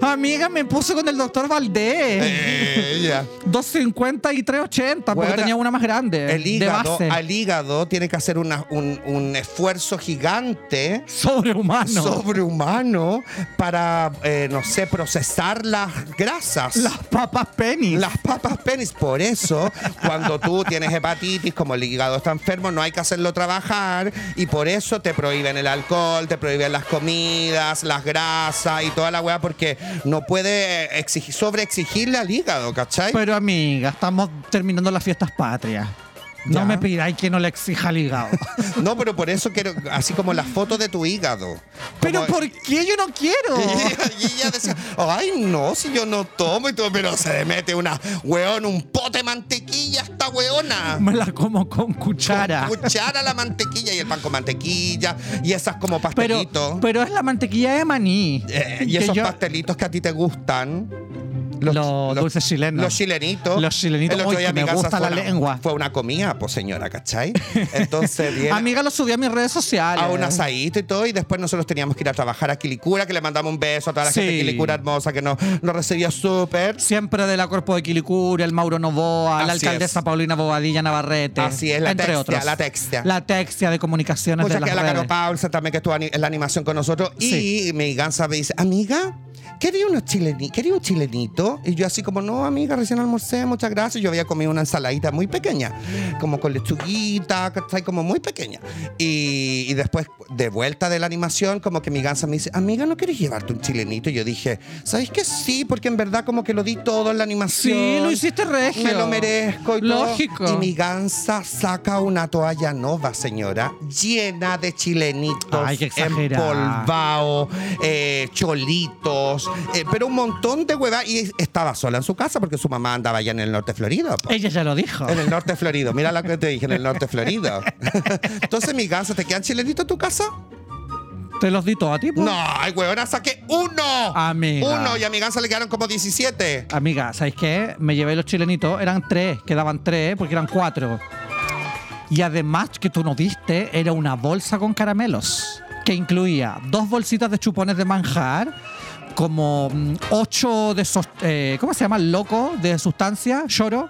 Amiga, me puse con el doctor Valdés.
Ella.
250 y 380 por
Eh. Huevona,
tenía una más grande.
El hígado,
de base.
al hígado tiene que hacer una- un, un esfuerzo gigante
Sobrehumano.
sobrehumano para, eh, no sé, procesar las grasas.
Las papas penis.
Las papas penis. Por eso, cuando tú tienes hepatitis, como el hígado está enfermo, no hay que hacerlo trabajar. Y por eso te prohíben el alcohol, te prohíben las comidas, las grasas y toda la weá, porque no puede exigir, sobreexigirle al hígado, ¿cachai?
Pero amiga, estamos terminando las fiestas patrias.
Ya.
No me pidáis que no le exija al hígado.
No, pero por eso quiero, así como las fotos de tu hígado.
Pero
Como-
¿por qué yo no quiero?
Y ella, y ella decía, ay no, si yo no tomo y todo, pero se le mete una weón, un pote de mantequilla a esta weona.
Me la como con cuchara.
Cuchara la mantequilla y el pan con mantequilla y esas como
Pero,
pastelitos.
pero es la mantequilla de maní.
Eh, y
Que
esos
yo-
pastelitos que a ti te gustan.
Los dulces chilenos.
Los chilenitos.
Los chilenitos,
El otro
uy,
día
que
mi
me
casa
gusta
fue
la
una-
lengua.
Fue una comida, pues señora, ¿cachai? Entonces viene
Amiga, lo subí a mis redes sociales.
a un asadito y todo, y después nosotros teníamos que ir a trabajar a Quilicura, que le mandamos un beso a toda la
Sí.
gente de Quilicura hermosa que nos, nos recibió súper.
Siempre de la Corpo de Quilicura, el Mauro Novoa, la
Así
alcaldesa
es.
Paulina Bobadilla Navarrete.
Así es, la
entre
textia,
otros.
la textia.
La textia de comunicaciones
Muchas
de
gracias
las
a la Caro
redes.
Paulsen también que estuvo ani- en la animación con nosotros.
Sí.
Y mi gansa me dice, amiga, ¿quería, unos chileni ¿quería un chilenito? Y yo así como, no, amiga, recién almorcé, muchas gracias. Yo había comido una ensaladita muy pequeña, como con lechuguita, ¿cachai? Como muy pequeña. Y, y después, de vuelta de la animación, como que mi gansa me dice, amiga, ¿no quieres llevarte un chilenito? Y yo dije, ¿sabes qué? Sí, porque en verdad como que lo di todo en la animación.
Sí, lo hiciste regio.
Me lo merezco y todo.
Lógico.
Y mi gansa saca una toalla nova, señora, llena de chilenitos,
Ay, qué exagerada.
empolvao, eh, cholitos, eh, pero un montón de huevas. Y estaba sola en su casa porque su mamá andaba allá en el norte de Florida. po.
Ella ya lo dijo.
En el norte de Florida, mira lo que te dije, en el norte de Florida. Entonces, mi gansa, ¿te quedan chilenitos en tu casa?
Te los di todo a ti. po.
No, ay, huevona, saqué uno.
Amiga.
Uno, y a mi gansa le quedaron como 17.
Amiga, ¿sabéis qué? Me llevé los chilenitos, eran tres, quedaban tres porque eran cuatro. Y además que tú nos diste era una bolsa con caramelos, que incluía dos bolsitas de chupones de manjar, como mm, ocho de esos, eh, ¿cómo se llama? Loco de sustancia, choro.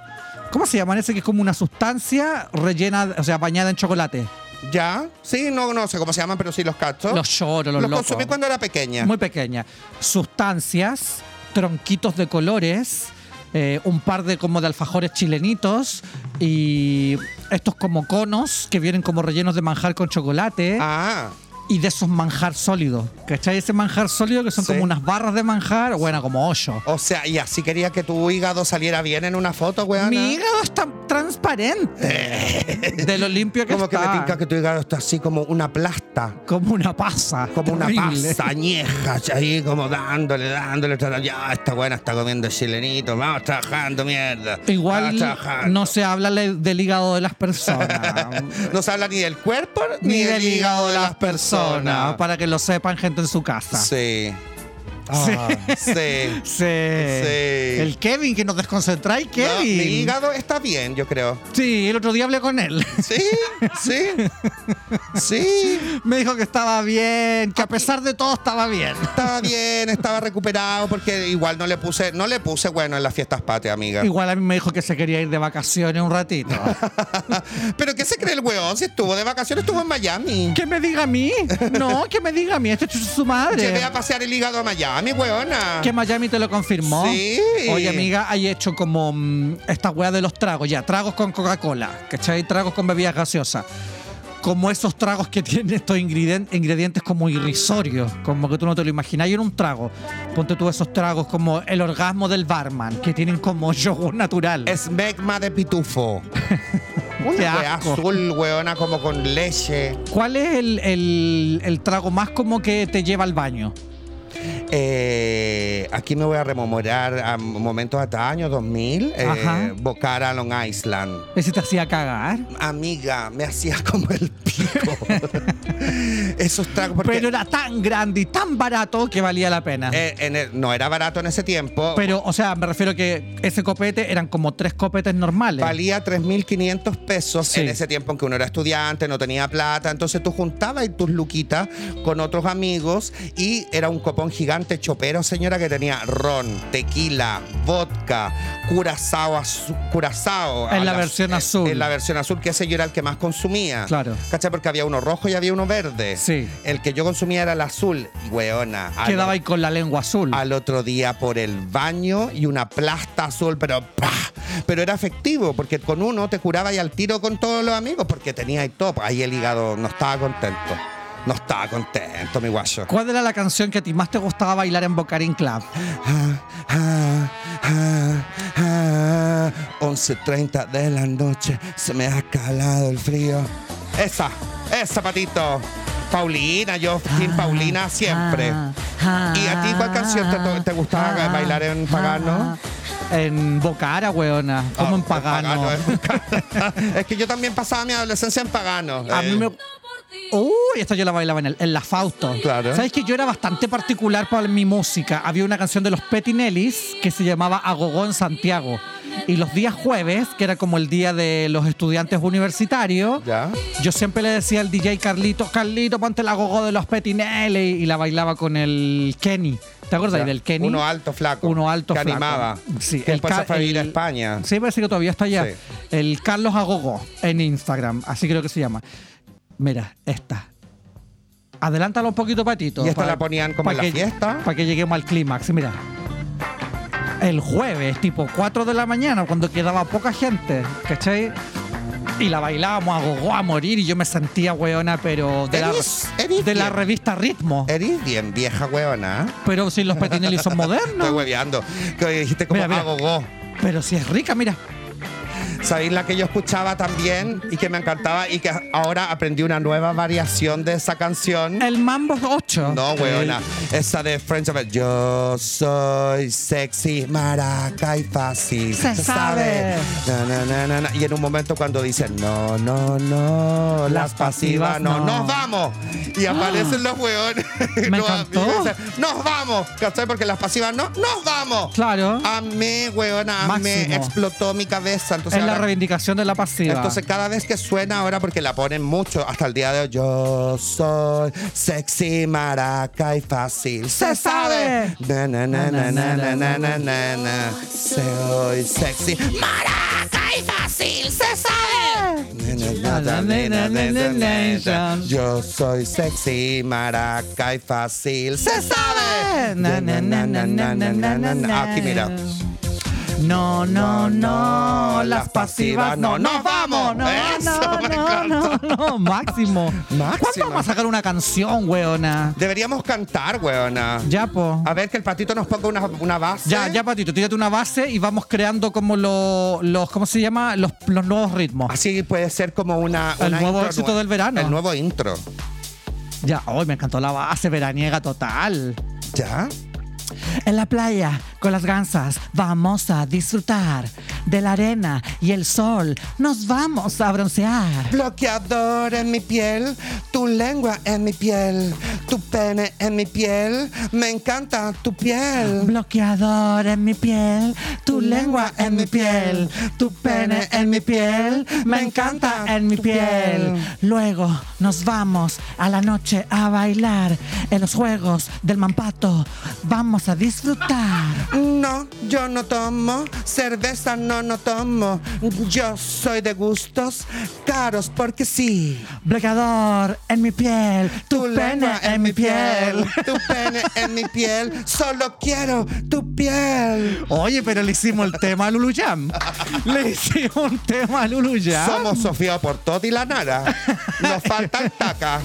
¿Cómo se llaman ese que es como una sustancia rellena, o sea, bañada en chocolate?
¿Ya? Sí, no, no sé cómo se llaman, pero sí los cacho.
Los choros, los,
Los
locos.
consumí cuando era pequeña.
Muy pequeña. Sustancias, tronquitos de colores, eh, un par de como de alfajores chilenitos y estos como conos que vienen como rellenos de manjar con chocolate
Ah,
y de esos manjar sólidos. ¿Cachai? Ese manjar sólido que son
Sí.
como unas barras de manjar, bueno, como hoyo.
o sea, y así quería que tu hígado saliera bien en una foto, weón.
Mi hígado es tan transparente de lo limpio que
Eh. Como que
está.
me tinca que tu hígado está así como una plasta.
Como una pasa.
Como una
terrible.
pasta añeja, ahí como dándole, dándole, tratando. Ya, esta buena está comiendo chilenito, vamos trabajando, mierda. Vamos
Igual
trabajando.
no se habla le- del hígado de las personas.
No se habla ni del cuerpo
ni del hígado de las personas. Para que lo sepan, gente en su casa.
Sí. Ah, sí.
Sí.
El
El Kevin, que nos desconcentráis,
No, mi
Kevin.
hígado está bien, yo creo.
Sí, el otro día hablé con él.
Sí, sí. Sí.
Me dijo que estaba bien, que a pesar de todo estaba bien.
Estaba bien, estaba recuperado porque igual no le puse, no le puse bueno en las fiestas patrias, amiga.
Igual a mí me dijo que se quería ir de vacaciones un ratito.
Pero ¿qué se cree el weón? Si estuvo de vacaciones, estuvo en Miami.
¿Qué me diga a mí? No, que me diga a mí. Este es su
Llevé
madre.
a pasear el hígado a Miami, weona.
Que Miami te lo confirmó.
Sí.
Oye, amiga, hay hecho como mm, esta weá de los tragos, ya, tragos con Coca-Cola, ¿cachai? Tragos con bebidas gaseosas. Como esos tragos que tienen estos ingreden- ingredientes como irrisorios, como que tú no te lo imaginas. Y en un trago, ponte tú esos tragos como el orgasmo del barman, que tienen como yogur natural.
Es megma de pitufo. Una
Qué
wea
asco.
azul, weona, como con leche.
¿Cuál es el, el- el trago más como que te lleva al baño?
Eh, aquí me voy a rememorar a momentos hasta años 2000. eh,
Ajá.
Bocara, Long Island.
Ese te hacía cagar.
Amiga, me hacía como el pico. Esos tragos. porque,
Pero era tan grande y tan barato que valía la pena.
eh, en el- no era barato en ese tiempo.
Pero, o sea, me refiero que ese copete eran como tres copetes normales.
Valía 3.500 pesos
Sí.
en ese tiempo en que uno era estudiante, no tenía plata. Entonces tú juntabas ahí tus luquitas con otros amigos y era un copón gigante chopero, señora, que tenía ron, tequila, vodka, curazao, azu- curazao.
En la
Al-
versión
eh,
azul.
En la versión azul, que ese yo era el que más consumía.
Claro.
¿Cachai? Porque había uno rojo y había uno verde.
Sí.
El que yo consumía era el azul. Y, Weona. al-
Quedaba ahí con la lengua azul.
al otro día por el baño y una plasta azul, pero ¡pah! Pero era efectivo, porque con uno te curaba y al tiro con todos los amigos, porque tenía ahí top. Ahí el hígado no estaba contento. No estaba contento, mi guayo.
¿Cuál era la canción que a ti más te gustaba bailar en Bocarín Club?
Ah, ah, ah, ah. 11.30 de la noche, se me ha calado el frío. Esa, esa, patito. Paulina, yo,
Ah,
Team Paulina siempre. ¿Y a ti cuál canción te, to- te gustaba bailar en Pagano?
En Bocara, weona. Como
Ah,
en Pagano.
en Pagano, en- es que yo también pasaba mi adolescencia en Pagano.
A
eh.
mí me... Uy, esta yo la bailaba en, el- en la Fausto.
Claro.
¿Sabes que yo era bastante particular para mi música? Había una canción de los Petinellis que se llamaba Agogón Santiago. Y los días jueves, que era como el día de los estudiantes universitarios,
¿Ya?
yo siempre le decía al DJ Carlitos, Carlito, ponte la gogo de los Petinelli. Y la bailaba con el Kenny. ¿Te acuerdas
Ya,
del Kenny?
uno alto, flaco,
Uno alto,
que
flaco.
animaba.
Sí,
Que después se
Car-
fue a vivir a España.
Sí, parece que todavía está allá.
Sí.
El Carlos Agogó en Instagram, así creo que se llama. Mira, esta. Adelántala un poquito, Patito.
¿Y esta
pa-
la ponían como
pa
en la
que-
fiesta?
Para que lleguemos al clímax, mira. El jueves, tipo 4 de la mañana, cuando quedaba poca gente, ¿cachai? Y la bailábamos a gogó a morir y yo me sentía weona, pero de, la,
Eres- eres
de la
bien.
revista Ritmo.
Eres bien vieja, huevona. ¿eh?
Pero si los Petinelli son
Estoy
modernos.
hueveando. Que dijiste como
Mira, mira.
hago go.
Pero si es rica, mira.
¿Sabéis la que yo escuchaba también y que me encantaba y que ahora aprendí una nueva variación de esa canción?
El Mambo 8.
No, weona. Esa de Friends of Yo soy sexy, maraca y fácil.
Se sabe.
Na, na, na, na, na. Y en un momento cuando dicen, no, no, no, las pasivas no,
no.
nos vamos. Y aparecen los weones.
Me
Los
encantó.
amigos dicen, Nos vamos. ¿Cachai? Porque las pasivas no, nos vamos.
Claro.
Amé, weona, amé.
Máximo.
Explotó mi cabeza. Entonces,
es la
ahora-
reivindicación de la pasiva.
entonces cada vez que suena ahora, porque la ponen mucho, hasta el día de hoy, yo soy sexy, maraca y fácil. ¡Se sabe! Na, na, na, na, na, na, na, na, na, na. Soy sexy, maraca y fácil. ¡Se sabe! Na, na, na, na, na, na, na, na. Yo soy sexy, maraca y fácil. ¡Se sabe! Na, na, na, na, na, na, na, na, na. Ah, Aquí mira.
No, no, no, las pasivas no, no, vamos. No,
Eso, me
no, no, no, no, máximo.
Máximo.
¿Cuándo vamos a sacar una canción, weona?
Deberíamos cantar, weona.
Ya, po.
A ver, que el patito nos ponga una, una base.
Ya, ya, Patito, tírate una base y vamos creando como lo- los, ¿cómo se llama? Los, los nuevos ritmos.
Así puede ser como una.
El
una
nuevo
intro
éxito
nue-
del verano.
El nuevo intro.
Ya, hoy me encantó la base veraniega total.
¿Ya?
En la playa, con las gansas, vamos a disfrutar de la arena y el sol. Nos vamos a broncear.
Bloqueador en mi piel, tu lengua en mi piel, tu pene en mi piel, me encanta tu piel.
Bloqueador en mi piel, tu lengua en mi piel, tu pene en mi piel, me encanta en mi piel. Luego nos vamos a la noche a bailar en los juegos del mampato. Vamos a disfrutar.
No, yo no tomo, cerveza no, no tomo. Yo soy de gustos caros porque sí.
Bloqueador en mi piel, tu pene
lengua
en mi piel.
tu pene en mi piel, solo quiero tu piel.
Oye, pero le hicimos el tema a Lulu Jam. Le hicimos un tema a Lulu Jam.
Somos Sofía Portot y la Nara. Nos falta el Taca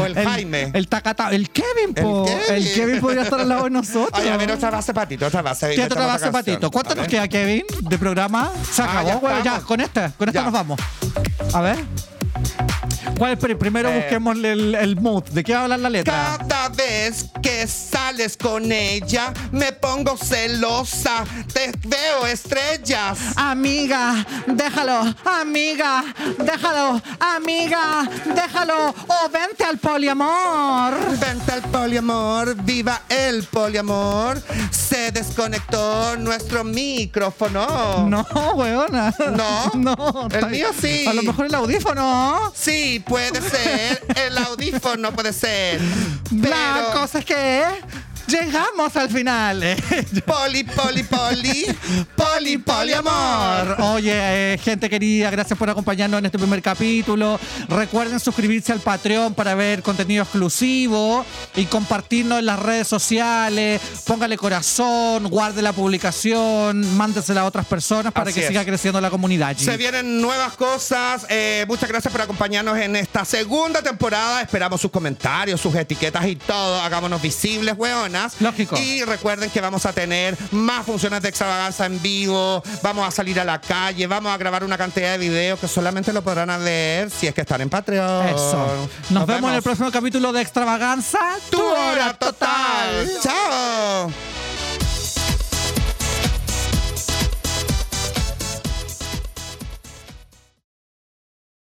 o el, Jaime.
El tacata, el Kevin, po. El
Kevin.
Kevin, podría estar al lado de nosotros.
Ay, a ver, otra base, Patito, otra base.
Tírate
Otra
otra base,
canción.
Patito.
A
¿Cuánto nos
ver.
queda, Kevin, de programa? Se
Ah,
acabó,
ya
güey, ya,
estamos.
con esta, con esta
Ya.
nos vamos. A ver. ¿Cuál? Pri- Primero
Eh.
busquemos el, el mood. ¿De qué va a hablar la letra?
Cada Cada vez que sales con ella, me pongo celosa. Te veo estrellas.
Amiga, déjalo. Amiga, déjalo. Amiga, déjalo. O vente al poliamor.
Vente al poliamor, viva el poliamor. Se desconectó nuestro micrófono.
No, weona.
No.
No.
El mío sí.
A lo mejor el audífono.
Sí, puede ser. El audífono puede ser.
La
Pero
cosa es que llegamos al final.
poli, poli, poli, poli, poliamor.
Oye, eh, gente querida, gracias por acompañarnos en este primer capítulo. Recuerden suscribirse al Patreon para ver contenido exclusivo y compartirnos en las redes sociales. Póngale corazón, guarde la publicación, mándesela a otras personas para
Así
que
es.
siga creciendo la comunidad.
Se vienen nuevas cosas. Eh, muchas gracias por acompañarnos en esta segunda temporada. Esperamos sus comentarios, sus etiquetas y todo. Hagámonos visibles, weonas.
Lógico.
Y recuerden que vamos a tener más funciones de extravaganza en vivo. Vamos a salir a la calle. Vamos a grabar una cantidad de videos que solamente lo podrán ver si es que están en Patreon.
Eso. Nos, vemos, en el próximo capítulo de Extravaganza.
Tu hora total.
Chao.